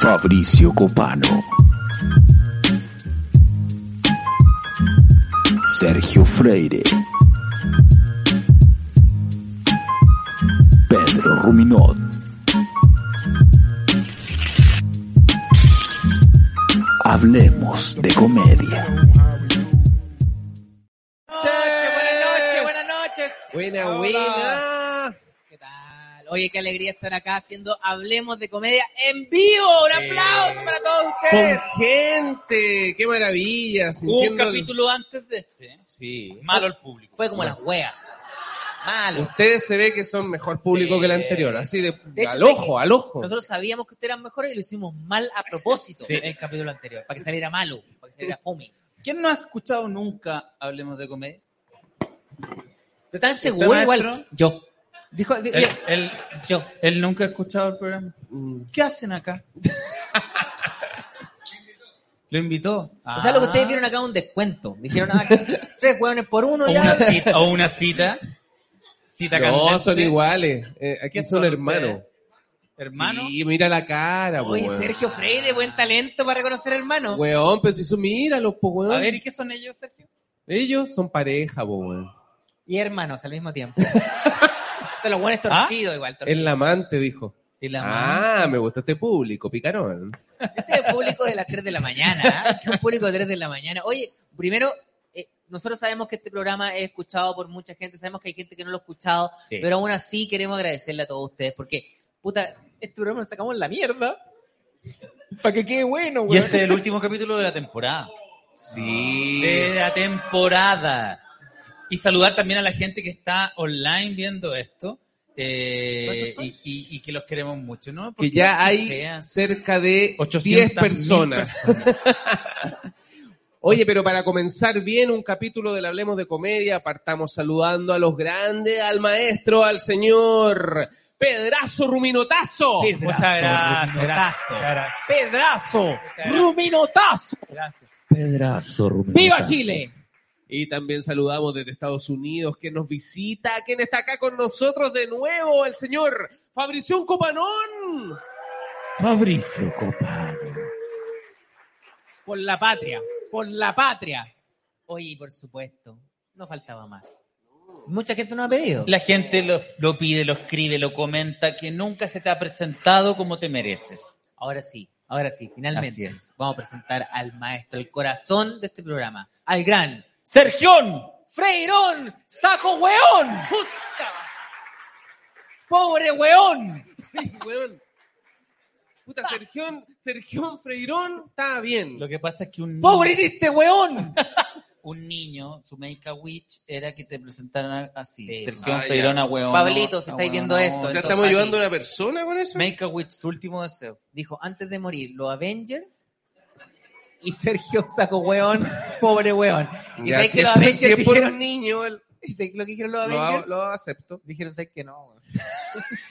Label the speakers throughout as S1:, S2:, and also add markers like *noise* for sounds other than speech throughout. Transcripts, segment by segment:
S1: Fabricio Copano. Sergio Freire. Pedro Ruminot. Hablemos de comedia.
S2: noches, buenas noches, buenas noches.
S3: Buena,
S2: Hola.
S3: buena.
S2: ¿Qué tal? Oye, qué alegría estar acá haciendo Hablemos de Comedia en vivo. Un aplauso para todos
S3: Con
S2: ustedes.
S3: gente, qué maravilla.
S4: Hubo un
S3: sintiendo el-
S4: capítulo antes de este. ¿eh?
S3: Sí.
S4: Malo el público.
S2: Fue como la wea. Malo.
S3: Ustedes se ve que son mejor público
S2: Sí.
S3: que el anterior, así de,
S2: De hecho,
S3: al
S2: sí.
S3: ojo, al ojo.
S2: Nosotros sabíamos que ustedes eran mejores y lo hicimos mal a propósito
S4: Sí.
S2: en el capítulo anterior, para que saliera malo, para que saliera fome.
S4: ¿Quién no ha escuchado nunca Hablemos de Comedia?
S2: ¿Pero tan seguro igual?
S4: maestro?
S2: Yo. Dijo así,
S4: Él,
S2: le-
S4: él,
S2: yo.
S4: él nunca ha escuchado el programa.
S3: Mm.
S4: ¿Qué hacen acá? Lo invitó.
S2: O sea, lo que
S4: Ah.
S2: ustedes vieron acá es un descuento. Dijeron, ah, tres hueones por uno
S4: O
S2: ya.
S4: Ah. una cita. O una cita. Cita
S3: No,
S4: candente.
S3: son iguales. Eh, aquí
S4: ¿Qué
S3: son
S4: son
S3: hermanos.
S4: Hermano.
S3: Sí, mira la cara, po,
S2: Oye,
S3: weón.
S2: Sergio Freire, buen talento para reconocer hermano.
S3: Weón, pero si son, míralos, po, weón.
S4: A ver, ¿y qué son ellos, Sergio?
S3: Ellos son pareja, po, weón.
S2: Y hermanos al mismo tiempo. *laughs* Pero los buenos torcidos igual. Torcidos.
S3: El amante dijo.
S4: El amante.
S3: Ah, me gustó este público, picarón.
S2: Este es el público de las 3 de la mañana. ¿ah? Este es un público de 3 de la mañana. Oye, primero, eh, nosotros sabemos que este programa es escuchado por mucha gente. Sabemos que hay gente que no lo ha escuchado.
S4: Sí.
S2: Pero aún así queremos agradecerle a todos ustedes porque, puta, este programa lo sacamos en la mierda. Para que quede bueno,
S4: Y
S2: güey.
S4: este es el último capítulo de la temporada.
S3: Sí.
S4: de la temporada. Y saludar también a la gente que está online viendo esto. eh, y, y- y que los queremos mucho, ¿no?
S3: que
S4: Porque
S3: ya
S4: sea
S3: hay cerca de 10
S4: 800.000
S3: personas. *laughs* Oye, pero para comenzar bien un capítulo del Hablemos de Comedia, partamos saludando a los grandes, al maestro, al señor Pedrazo Ruminotazo.
S4: Muchas gracias. gracias.
S2: Pedrazo, ruminotazo.
S4: Gracias.
S2: ¡Viva Chile!
S3: Y también saludamos desde Estados Unidos, que nos visita, quien está acá con nosotros de nuevo, el señor Fabricio Copanón.
S5: Fabricio Copano.
S2: Por la patria, por la patria. Oye, y por supuesto, no faltaba más. Mucha gente nos ha pedido.
S4: La gente lo, lo pide, lo escribe, lo comenta, que nunca se te ha presentado como te mereces.
S2: Ahora sí, ahora sí, finalmente.
S4: Así es.
S2: Vamos a presentar al maestro, el corazón de este programa, al gran
S4: ¡Sergión!
S2: Freirón, saco weón. Pobre weón.
S3: Weón. Puta, Sergión, Sergión Freirón, está bien.
S4: Lo que pasa es que un
S2: Pobre triste weón.
S4: *laughs* un niño, su make a witch era que te presentaran así.
S2: Sí.
S4: Sergio
S3: Ah, ya.
S4: Feirona, weón.
S2: Pablito, si estáis viendo esto,
S3: O sea,
S2: entonces-
S3: estamos
S2: Aquí.
S3: ayudando a una persona con eso.
S4: Make a witch, su último deseo.
S2: Dijo, antes de morir, los Avengers y Sergio saco weón, *laughs* pobre weón. Y
S3: Ya,
S2: sabes
S3: si
S2: que
S3: es
S2: los
S3: por-
S2: Avengers
S3: si es por un
S2: dijeron,
S3: niño, el-
S2: y sabes lo que dijeron los
S3: lo,
S2: Avengers.
S3: lo acepto.
S2: Dijeron, ¿sabes que no? weón".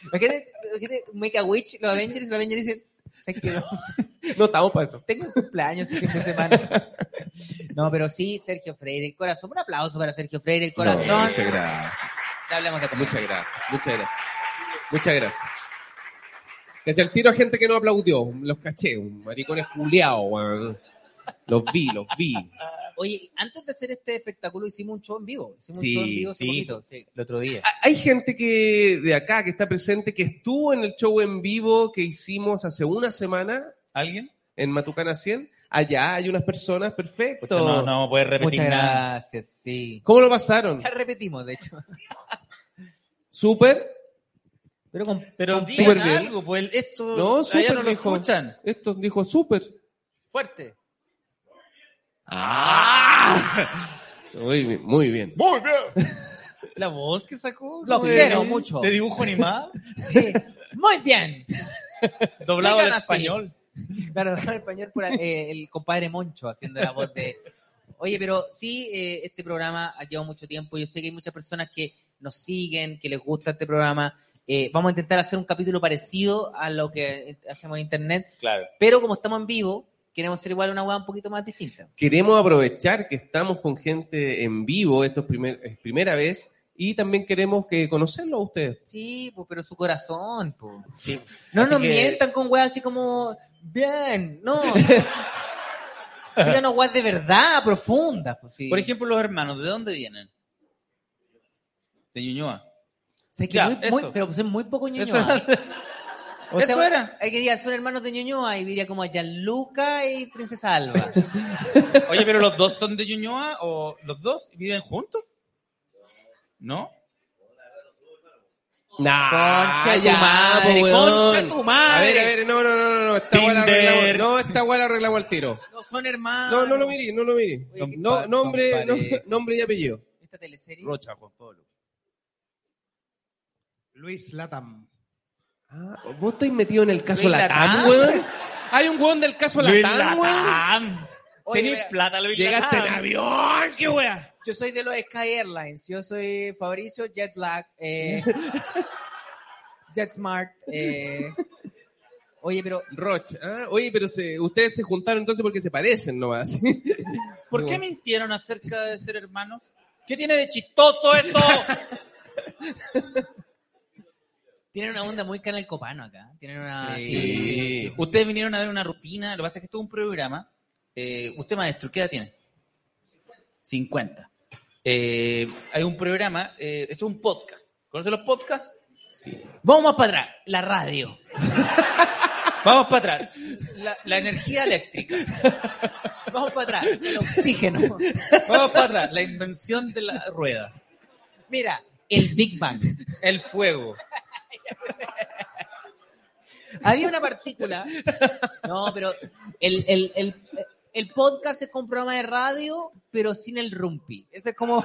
S2: Imagínate, imagínate, Make a Witch, los Avengers, los Avengers dicen, ¿sabes que no? *laughs*
S3: No estamos para eso.
S2: Tengo cumpleaños el fin
S3: *laughs*
S2: de semana. No, pero sí, Sergio Freire, el corazón. Un aplauso para Sergio Freire, el
S3: No,
S2: corazón.
S3: muchas gracias.
S2: Ya hablamos de comedia.
S3: Muchas gracias. Muchas gracias. Muchas gracias. Que se al tiro a gente que no aplaudió. Los caché, un maricón esculeado, weón. Los vi, los vi.
S2: Oye, antes de hacer este espectáculo hicimos un show en vivo. Hicimos un
S4: Sí,
S2: show en vivo hace
S4: sí.
S2: poquito, sí.
S4: El otro día.
S3: Hay gente que de acá, que está presente, que estuvo en el show en vivo que hicimos hace una semana
S4: ¿Alguien?
S3: en Matucana 100. Allá hay unas personas, perfecto.
S4: Pucha, no, no puedes repetir
S2: Muchas
S4: nada.
S2: gracias, sí.
S3: ¿Cómo lo pasaron?
S2: Ya repetimos, de hecho.
S3: Súper.
S2: *laughs* Pero con
S4: Pero
S2: con-
S4: digan
S3: Súper bien.
S4: algo, pues esto
S3: No,
S4: allá
S3: súper
S4: no lo
S3: viejo.
S4: escuchan.
S3: Esto dijo súper.
S4: Fuerte.
S3: ¡Ah! Muy bien, muy bien.
S4: Muy
S2: *laughs*
S4: bien. La voz que sacó.
S2: Los
S4: de-
S2: quiero mucho.
S4: De
S2: *laughs*
S4: dibujo animado.
S2: Sí. Muy bien.
S4: doblado
S2: Sigan
S4: al
S2: así.
S4: español.
S2: Claro, en español por eh, el compadre Moncho haciendo la voz de. Oye, pero sí, eh, este programa ha llevado mucho tiempo. Yo sé que hay muchas personas que nos siguen, que les gusta este programa. Eh, vamos a intentar hacer un capítulo parecido a lo que eh, hacemos en internet,
S4: Claro.
S2: pero como estamos en vivo, queremos ser igual una web un poquito más distinta.
S3: Queremos aprovechar que estamos con gente en vivo, esto es, primer- es primera vez, y también queremos que conocerlo a ustedes.
S2: Sí, po, pero su corazón, po.
S4: Sí.
S2: No
S4: Así
S2: nos
S4: que-
S2: mientan con weas así como, bien, *laughs* no. Díganos weas de verdad, profundas. po, sí.
S4: Por ejemplo, los hermanos, ¿de dónde vienen? De Ñuñoa.
S2: Sé que
S4: ya,
S2: muy- muy-
S4: eso.
S2: pero pues es muy poco
S4: Eso,
S2: Ñuñoa. O
S4: eso
S2: sea, *laughs*
S4: era.
S2: hay que diría, son hermanos de Ñuñoa y diría como Gianluca y Princesa Alba.
S4: Oye, pero los dos son de Ñuñoa o los dos viven juntos? ¿No?
S3: Nah,
S2: Concha tu
S3: ya,
S2: madre,
S3: po, weón.
S2: concha tu madre.
S3: A ver, a ver, no, no, no, no, no, esta weá la
S4: Tinder.
S3: arreglamos, no, esta weá la arreglamos al tiro.
S2: no son hermanos.
S3: No, no lo mirí, no lo mirí.
S4: Son
S3: No,
S4: pa-
S3: nombre,
S4: son pareja.
S3: nom- *laughs* nombre y apellido.
S2: Esta teleserie.
S4: Rocha, Juan Pablo.
S6: Luis Latam.
S3: Ah, ¿Vos estáis metido en el caso
S2: Luis
S3: Latam,
S2: Latam.
S3: weón? Hay un weón del caso Latam, weón.
S2: Oye,
S4: Tenís
S2: mira,
S4: plata, Luis
S3: Llegaste en
S4: Latam.
S3: avión, qué weá.
S2: yo soy de los Sky Airlines. Yo soy Fabricio Jetlag. Eh, JetSmart. Eh. Oye, pero
S3: Rocha. Ah, oye, pero se- ustedes se juntaron entonces porque se parecen nomás. *laughs*
S4: ¿Por qué mintieron acerca de ser hermanos? ¿Qué tiene de chistoso eso?
S2: *laughs* tienen una onda muy canal copano acá. Tienen una.
S3: Sí.
S4: Ustedes vinieron a ver una rutina, lo que pasa es que esto es un programa. Eh, usted, maestro, ¿qué edad tiene? 50. Eh, hay un programa, eh, esto es un podcast. ¿Conocen los podcasts?
S2: Vamos más para atrás. La radio.
S4: Vamos para atrás. La, la energía eléctrica.
S2: Vamos para atrás. El oxígeno.
S4: Vamos para atrás. La invención de la rueda.
S2: Mira, el Big Bang.
S4: El fuego.
S2: Había una partícula. No, pero el, el, el, el podcast es con programa de radio, pero sin el rumpi. Ese es como.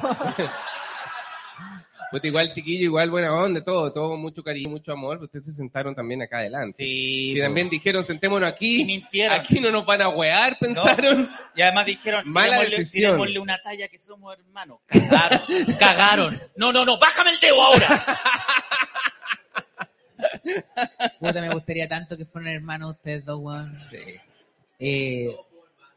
S3: Pues igual, chiquillo, igual buena onda, todo, todo, mucho cariño, mucho amor. Ustedes se sentaron también acá adelante.
S4: Sí.
S3: Y también dijeron, sentémonos
S4: Y
S3: aquí.
S4: mintieron.
S3: Aquí no nos van a wear, pensaron.
S4: Y además dijeron,
S3: Mala
S4: tirémosle-
S3: decisión.
S4: tirémosle una talla que somos hermanos. Cagaron, cagaron. No, no, no, bájame el dedo ahora.
S2: Puta, me gustaría tanto que fueran hermanos ustedes dos, weón.
S4: Sí.
S2: Eh,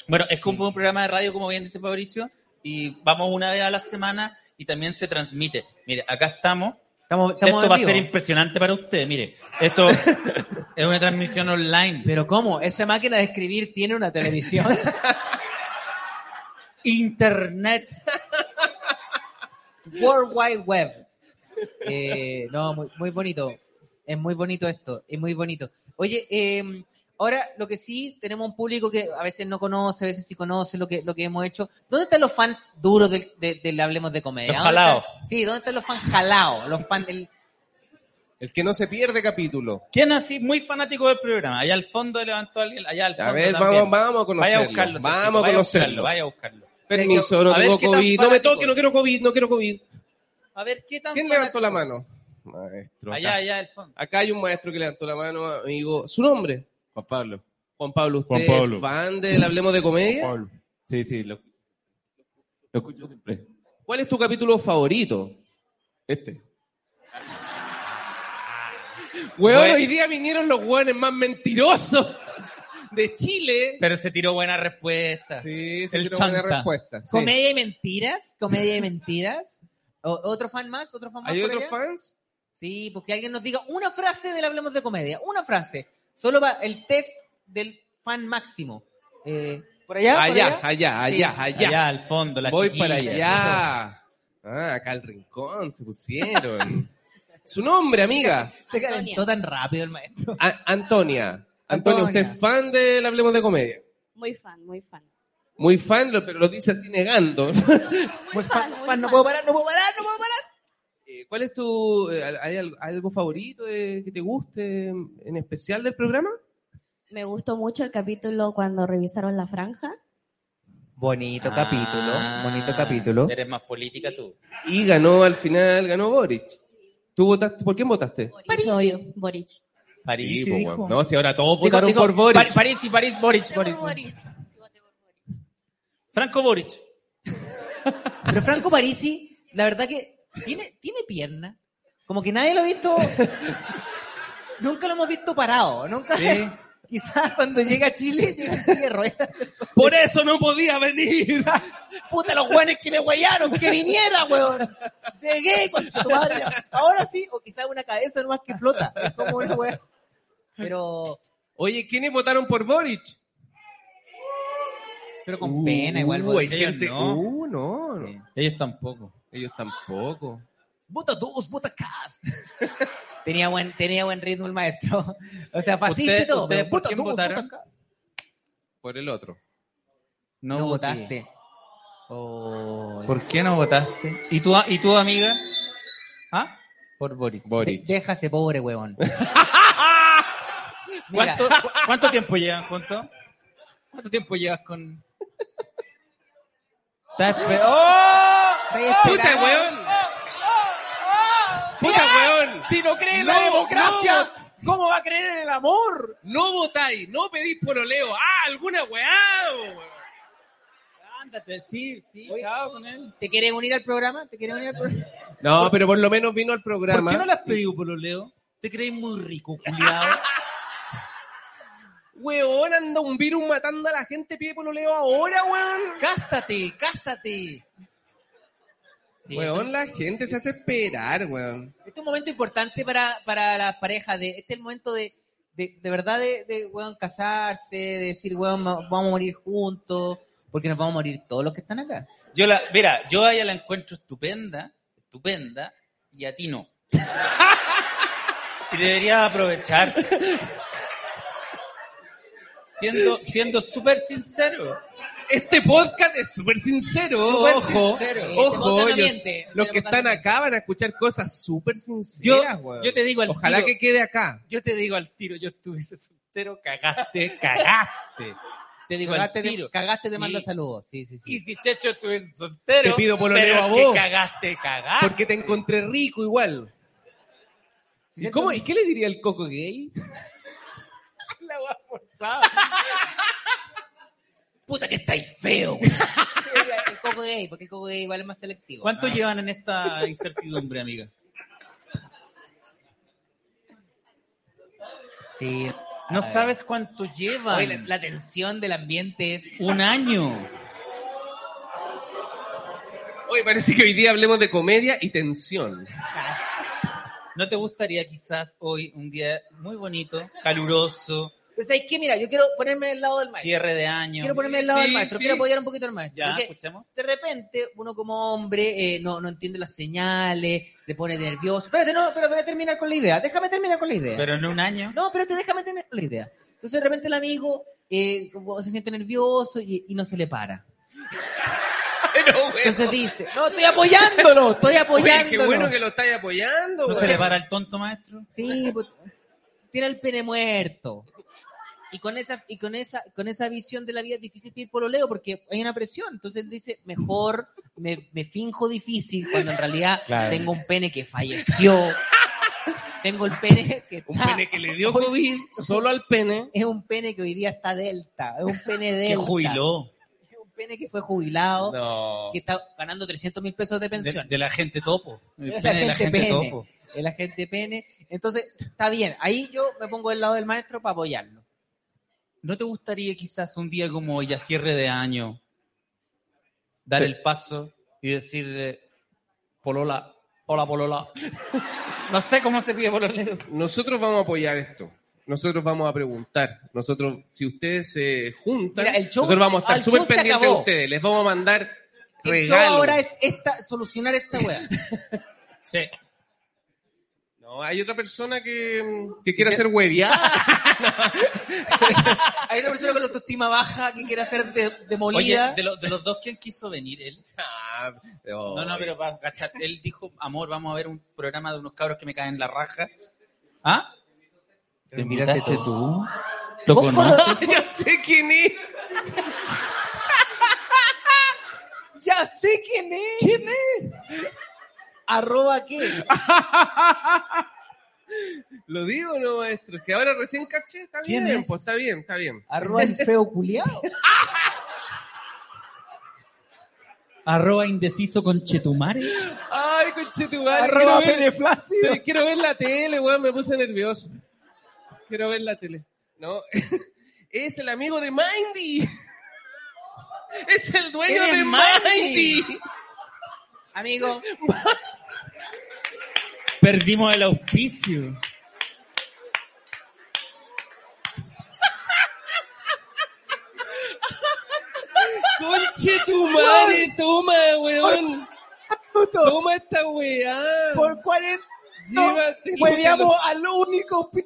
S4: Bueno, es como un programa de radio, como bien dice Fabricio, y vamos una vez a la semana y también se transmite. Mire, acá estamos.
S2: estamos, estamos
S4: esto va a
S2: en vivo.
S4: ser impresionante para usted. Mire,
S3: *laughs*
S4: esto es una transmisión online.
S2: Pero ¿cómo? Esa máquina de escribir tiene una televisión.
S4: Internet.
S2: World Wide Web. Eh, no, muy, muy bonito. Es muy bonito esto, es muy bonito. Oye, eh, ahora lo que sí, tenemos un público que a veces no conoce, a veces sí conoce lo que, lo que hemos hecho. ¿Dónde están los fans duros del, de- del Hablemos de Comedia?
S4: Los
S2: ¿Dónde
S4: jalaos.
S2: están- Sí, ¿dónde están los fans jalaos? Los fans del...
S3: El que no se pierde capítulo.
S4: ¿Quién así muy fanático del programa? Allá al fondo levantó alguien, allá al fondo
S3: A ver, vamos,
S4: también.
S3: vamos a
S4: Vaya
S3: conocerlo.
S4: a buscarlo. Sergio,
S3: vamos a
S4: vaya
S3: conocerlo.
S4: buscarlo, Vaya a buscarlo.
S3: Permiso, no
S4: A ver,
S3: tengo
S4: ¿qué tan
S3: COVID. No me
S4: fanático?
S3: toque, no quiero COVID, no quiero COVID.
S4: A ver, ¿qué tan
S3: ¿Quién
S4: fanático?
S3: levantó la mano? Maestro.
S4: Allá,
S3: Acá.
S4: allá al fondo.
S3: Acá hay un maestro que levantó la mano, amigo. ¿Su nombre?
S6: Juan Pablo.
S3: Juan Pablo. ¿Usted
S5: Juan Pablo.
S3: es fan del Hablemos de Comedia?
S6: Pablo. Sí, sí, lo, lo escucho siempre.
S3: ¿Cuál es tu capítulo favorito?
S6: Este.
S3: Weón,
S4: Bueno.
S3: hoy día vinieron los hueones más mentirosos de Chile.
S4: Pero se tiró buena respuesta.
S3: Sí, sí,
S4: El
S3: quiero buena
S4: chanta.
S3: respuesta. sí.
S2: ¿Comedia y mentiras? ¿Comedia y mentiras? O- ¿Otro fan más? ¿Otro fan más?
S3: ¿Hay
S2: por
S3: otros
S2: allá?
S3: fans?
S2: Sí, porque alguien nos diga una frase del Hablemos de Comedia, una frase, solo para el test del fan máximo. Eh, ¿Por allá?
S4: Ah,
S2: por
S3: Allá, allá,
S2: Sí.
S3: allá,
S4: Allá.
S3: allá.
S4: al fondo, la
S3: Voy
S4: chiquilla.
S3: para allá. Ah, acá al rincón se pusieron. *laughs* Su nombre, amiga.
S2: Se calentó tan rápido el maestro.
S3: A- Antonia. Antonia, usted es
S2: Antonia.
S3: fan del Hablemos de Comedia.
S7: Muy fan, muy fan.
S3: Muy fan, lo- pero lo dice así negando. *laughs*
S7: Muy
S2: Pues, no
S7: fan, muy fan.
S2: puedo parar, no puedo parar, no puedo parar.
S3: Eh, ¿Cuál es tu... eh, ¿Hay al- algo favorito de- que te guste en especial del programa?
S7: Me gustó mucho el capítulo cuando revisaron la franja.
S2: Bonito
S4: Ah, Eres más política tú.
S3: Y ganó al final, ganó Boric. ¿Tú votaste? ¿Por quién votaste?
S7: Boric. Obvio, Boric.
S4: París.
S3: Sí, po, weón. No, si ahora todos votaron
S2: digo,
S3: por Boric.
S2: Pa- París y París, Boric,
S7: Voté
S2: Boric.
S7: por Boric. Sí, voté por Boric.
S4: Franco Boric.
S2: Pero Franco Parisi, la verdad que tiene, tiene pierna. *laughs* Como que nadie lo ha visto. nunca lo hemos visto parado. Nunca. *laughs* Quizás cuando llega a Chile, llega en silla de ruedas.
S3: Por eso no podía venir.
S2: *laughs* Puta, los hueones que me huellaron, que viniera, hueón. Llegué con tu madre. Ahora sí, o quizás una cabeza nomás que flota. Es como una hueá. Pero,
S3: Oye, ¿quiénes votaron por Boric?
S2: pero con pena, igual.
S3: Uh,
S2: vos
S3: hay
S2: decís,
S3: gente-
S2: ¿no?
S3: uh, no, no.
S4: *laughs* Ellos tampoco.
S3: Ellos tampoco.
S2: Bota dos, bota cast. *laughs* tenía, buen, tenía buen ritmo el maestro. *laughs* O sea, fascista y
S4: ¿Ustedes-
S2: todo.
S4: ustedes
S2: pero
S4: por
S2: bota
S4: quién
S2: dos, bota
S4: votaron?
S2: cast.
S3: Por el otro.
S4: No,
S2: No,
S4: voté.
S2: votaste. Oh,
S4: ¿Por qué no votaste? ¿Y tu, y tu amiga? ¿Ah? Por Boric.
S2: de- déjase pobre,
S4: *laughs*
S2: huevón. Mira,
S4: ¿Cuánto, cu- cuánto tiempo llevan juntos? ¿Cuánto tiempo llevas
S2: *laughs*
S4: con.? ¿Estás espe- ¡Oh!
S2: estoy esperando.
S3: ¡Puta, weón! ¡Puta, weón!
S2: Si no cree en
S3: No,
S2: la democracia,
S3: ¿Cómo va a creer en el amor? No votáis, no pedís pololeo. ¡Ah, alguna weá! weón.
S4: Ándate, sí, sí,
S2: Oye.
S4: chao con él.
S2: ¿te quieres unir al programa? ¿Te quieres unir al programa?
S3: No, pero por lo menos vino al programa.
S4: ¿Por qué no le has pedido pololeo? ¿Te crees muy rico, culiao?
S3: Weón, anda un virus matando a la gente, pide pololeo ahora, weón.
S4: ¡Cásate, cásate!
S2: Sí,
S3: Weón, la gente se hace esperar, weón.
S2: Este es un momento importante para, para las parejas. De, este es el momento de, de, de verdad de, de, weón, casarse, de decir, weón, ma- vamos a morir juntos, porque nos vamos a morir todos los que están acá.
S4: Yo la, mira, yo a ella la encuentro estupenda, estupenda, y a ti no. y deberías aprovechar. Siendo, siendo súper sincero.
S3: Este podcast es súper sincero.
S4: Súper
S3: ojo,
S4: sincero.
S2: Este
S3: ojo,
S2: podcast
S3: yo-
S2: no
S4: Eh,
S2: miente.
S3: los
S2: Este
S3: que
S2: podcast
S3: están
S2: no
S3: acá van a escuchar cosas súper
S4: Yo,
S3: sinceras, weón.
S4: yo te digo al
S3: Ojalá
S4: tiro,
S3: que quede acá.
S4: yo te digo al tiro, yo estuviese soltero, *laughs* cagaste, cagaste. Te digo
S2: Cagaste,
S4: al
S2: de-
S4: tiro.
S2: cagaste, te
S4: Sí.
S2: mando saludos. Sí, sí, sí.
S4: Y si Checho estuviese
S3: Te
S4: soltero,
S3: pido pololeo
S4: pero
S3: a
S4: es que
S3: vos.
S4: cagaste, cagaste.
S3: Ah. Porque te encontré rico igual. ¿Y, cómo, ¿Y qué le diría el coco gay?
S4: la weá forzada. Puta que estáis feo. güey.
S2: el coco gay, porque el coco gay igual es más selectivo.
S4: *laughs* ¿Cuánto llevan en esta incertidumbre, amiga?
S2: Sí.
S4: No
S2: A ver.
S4: sabes cuánto llevan.
S2: Oye, la, la tensión del ambiente es.
S4: Un año.
S3: Hoy parece que hoy día hablemos de comedia y
S4: *laughs*
S3: tensión.
S4: ¿No te gustaría quizás hoy un día muy bonito, caluroso,
S2: Pues, ¿sabes qué? Mira, yo quiero ponerme del lado del maestro.
S4: cierre de año?
S2: Quiero ponerme del lado
S3: Sí,
S2: del maestro.
S3: sí.
S2: Quiero apoyar un poquito al maestro.
S4: ¿Ya?
S2: porque
S4: ¿Escuchamos?
S2: de repente uno como hombre eh, no, no entiende las señales, se pone nervioso. Espérate, no, pero voy a terminar con la idea. Déjame terminar con la idea.
S4: Pero en un año.
S2: No, espérate, déjame terminar con la idea. Entonces de repente el amigo eh, como se siente nervioso y, y no se le para.
S3: Pero, weón.
S2: Entonces dice, no, estoy apoyándolo, estoy apoyándolo.
S3: Oye, qué bueno que lo estáis apoyando.
S4: ¿No
S3: weón.
S4: se le para el tonto maestro?
S2: Sí, pues, tiene el pene muerto. Y con esa, y con esa, con esa visión de la vida es difícil pedir pololeo porque hay una presión. Entonces él dice, mejor me, me finjo difícil cuando en realidad
S4: Claro.
S2: tengo un pene que falleció. tengo el pene que
S3: Un
S2: está-
S3: pene que le dio COVID solo al pene.
S2: es un pene que hoy día está delta, es un pene delta.
S4: Que jubiló
S2: Es un pene que fue jubilado,
S3: No.
S2: que está ganando 300 mil pesos de
S4: de,
S2: pensión.
S4: de la
S2: *laughs*
S4: gente topo. El
S2: De la
S4: pene de la
S2: gente
S4: gente
S2: pene.
S4: topo.
S2: el agente pene. Entonces, está bien. Ahí yo me pongo del lado del maestro para apoyarlo.
S4: ¿No te gustaría quizás un día como hoy, a cierre de año, dar el paso y decirle, Polola, hola Polola? *laughs* No sé cómo se pide Pololeo.
S3: Nosotros vamos a apoyar esto. Nosotros vamos a preguntar. Nosotros, si ustedes se juntan,
S2: Mira, el show-
S3: nosotros vamos a
S2: el
S3: estar
S2: show
S3: súper
S2: se
S3: pendientes de
S2: acabó.
S3: ustedes. Les vamos a mandar
S2: El show
S3: regalos.
S2: ahora es esta, solucionar esta weá.
S4: Sí.
S3: No, hay otra persona que, que quiere hacer
S2: *laughs*
S3: hueviada.
S2: *laughs* Hay una persona con la autoestima baja que quiere hacer de-
S4: Oye,
S2: demolida.
S4: de, lo- de los dos, ¿quién quiso venir? Él.
S3: Ah,
S4: No, no, pero para cachar. Él dijo, amor, vamos a ver un programa de unos cabros que me caen en la raja. ¿Ah? ¿Te invitaste tú? ¿Lo conoces?
S2: *laughs*
S3: Ya *laughs* sé quién es.
S2: ya sé quién es. ¿Quién es? Arroba qué.
S3: Lo digo, no, maestro. Que ahora recién caché. Está
S2: ¿Quién
S3: bien,
S2: es?
S3: pues, está bien, está bien.
S2: Arroba el feo culiado.
S4: Arroba indeciso con Chetumare.
S3: Ay, conchetumare.
S2: Arroba
S3: quiero, ver,
S2: pene flácido.
S3: quiero ver la tele, weón. Me puse nervioso. Quiero ver la tele. No, *laughs* es el amigo de Mindy. *laughs* Es el dueño
S2: ¿Quién
S3: de
S2: es Mindy?
S3: Mindy.
S2: Amigo,
S4: Perdimos el auspicio.
S3: *laughs* Conche tu madre, toma, weón. Toma esta weá.
S8: Por 40
S3: Llévatelo.
S8: hueveamos al único pi-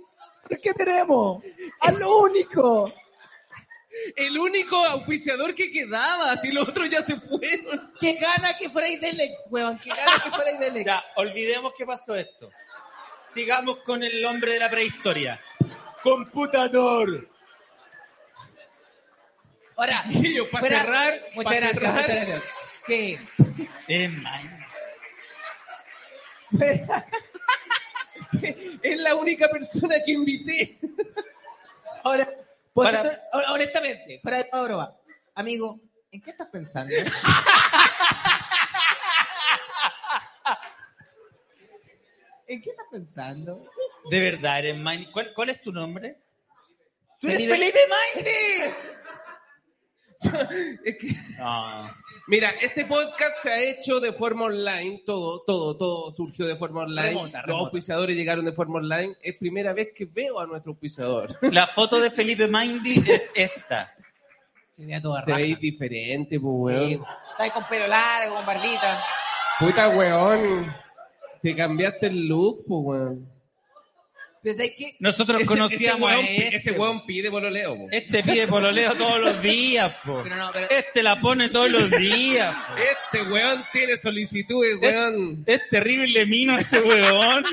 S8: que tenemos. Al único.
S3: El único auspiciador que quedaba, si los otros ya se fueron.
S2: qué gana que fuerais del ex, weón, qué gana que fuerais del ex.
S4: Ya, olvidemos que pasó esto. Sigamos con el hombre de la prehistoria. Computador. *laughs*
S2: Ahora,
S3: Guillo, para
S2: fuera-
S3: cerrar,
S2: muchas
S3: para
S2: gracias,
S3: cerrar.
S2: muchas gracias. Sí,
S4: Es mal.
S3: Es la única persona que invité.
S2: ahora, pues,
S4: Para-
S2: esto- ahora, honestamente, fuera de toda broma, amigo, ¿en qué estás pensando? ¿En qué estás pensando?
S4: De verdad, eres mal. ¿Cuál, cuál es tu nombre?
S2: ¡Tú eres
S3: Felipe-
S2: Felipe Maite!
S3: Es que-
S4: No.
S3: Mira, este podcast se ha hecho de forma online, todo, todo, todo surgió de forma online.
S4: Remota,
S3: Los
S4: remota.
S3: auspiciadores llegaron de forma online. Es primera vez que veo a nuestro auspiciador.
S4: La foto de Felipe Mindy es esta.
S2: Se ve a toda
S3: Te
S2: raja.
S3: veis diferente, pues,
S2: Sí,
S3: weón.
S2: Está ahí con pelo largo, con barbita.
S3: Puta, weón. Te cambiaste el look, pues, weón.
S2: Pero ¿sabes qué?
S4: Nosotros
S3: Ese-
S4: conocíamos
S3: ese
S4: a
S3: weón, pi-
S4: este.
S3: ese weón pide bololeo, po.
S4: Este pide pololeo todos los días, po.
S2: Pero no, pero-
S4: Este la pone todos los días, po.
S3: Este weón tiene solicitudes,
S2: Este
S3: weón.
S4: Es terrible mino este weón.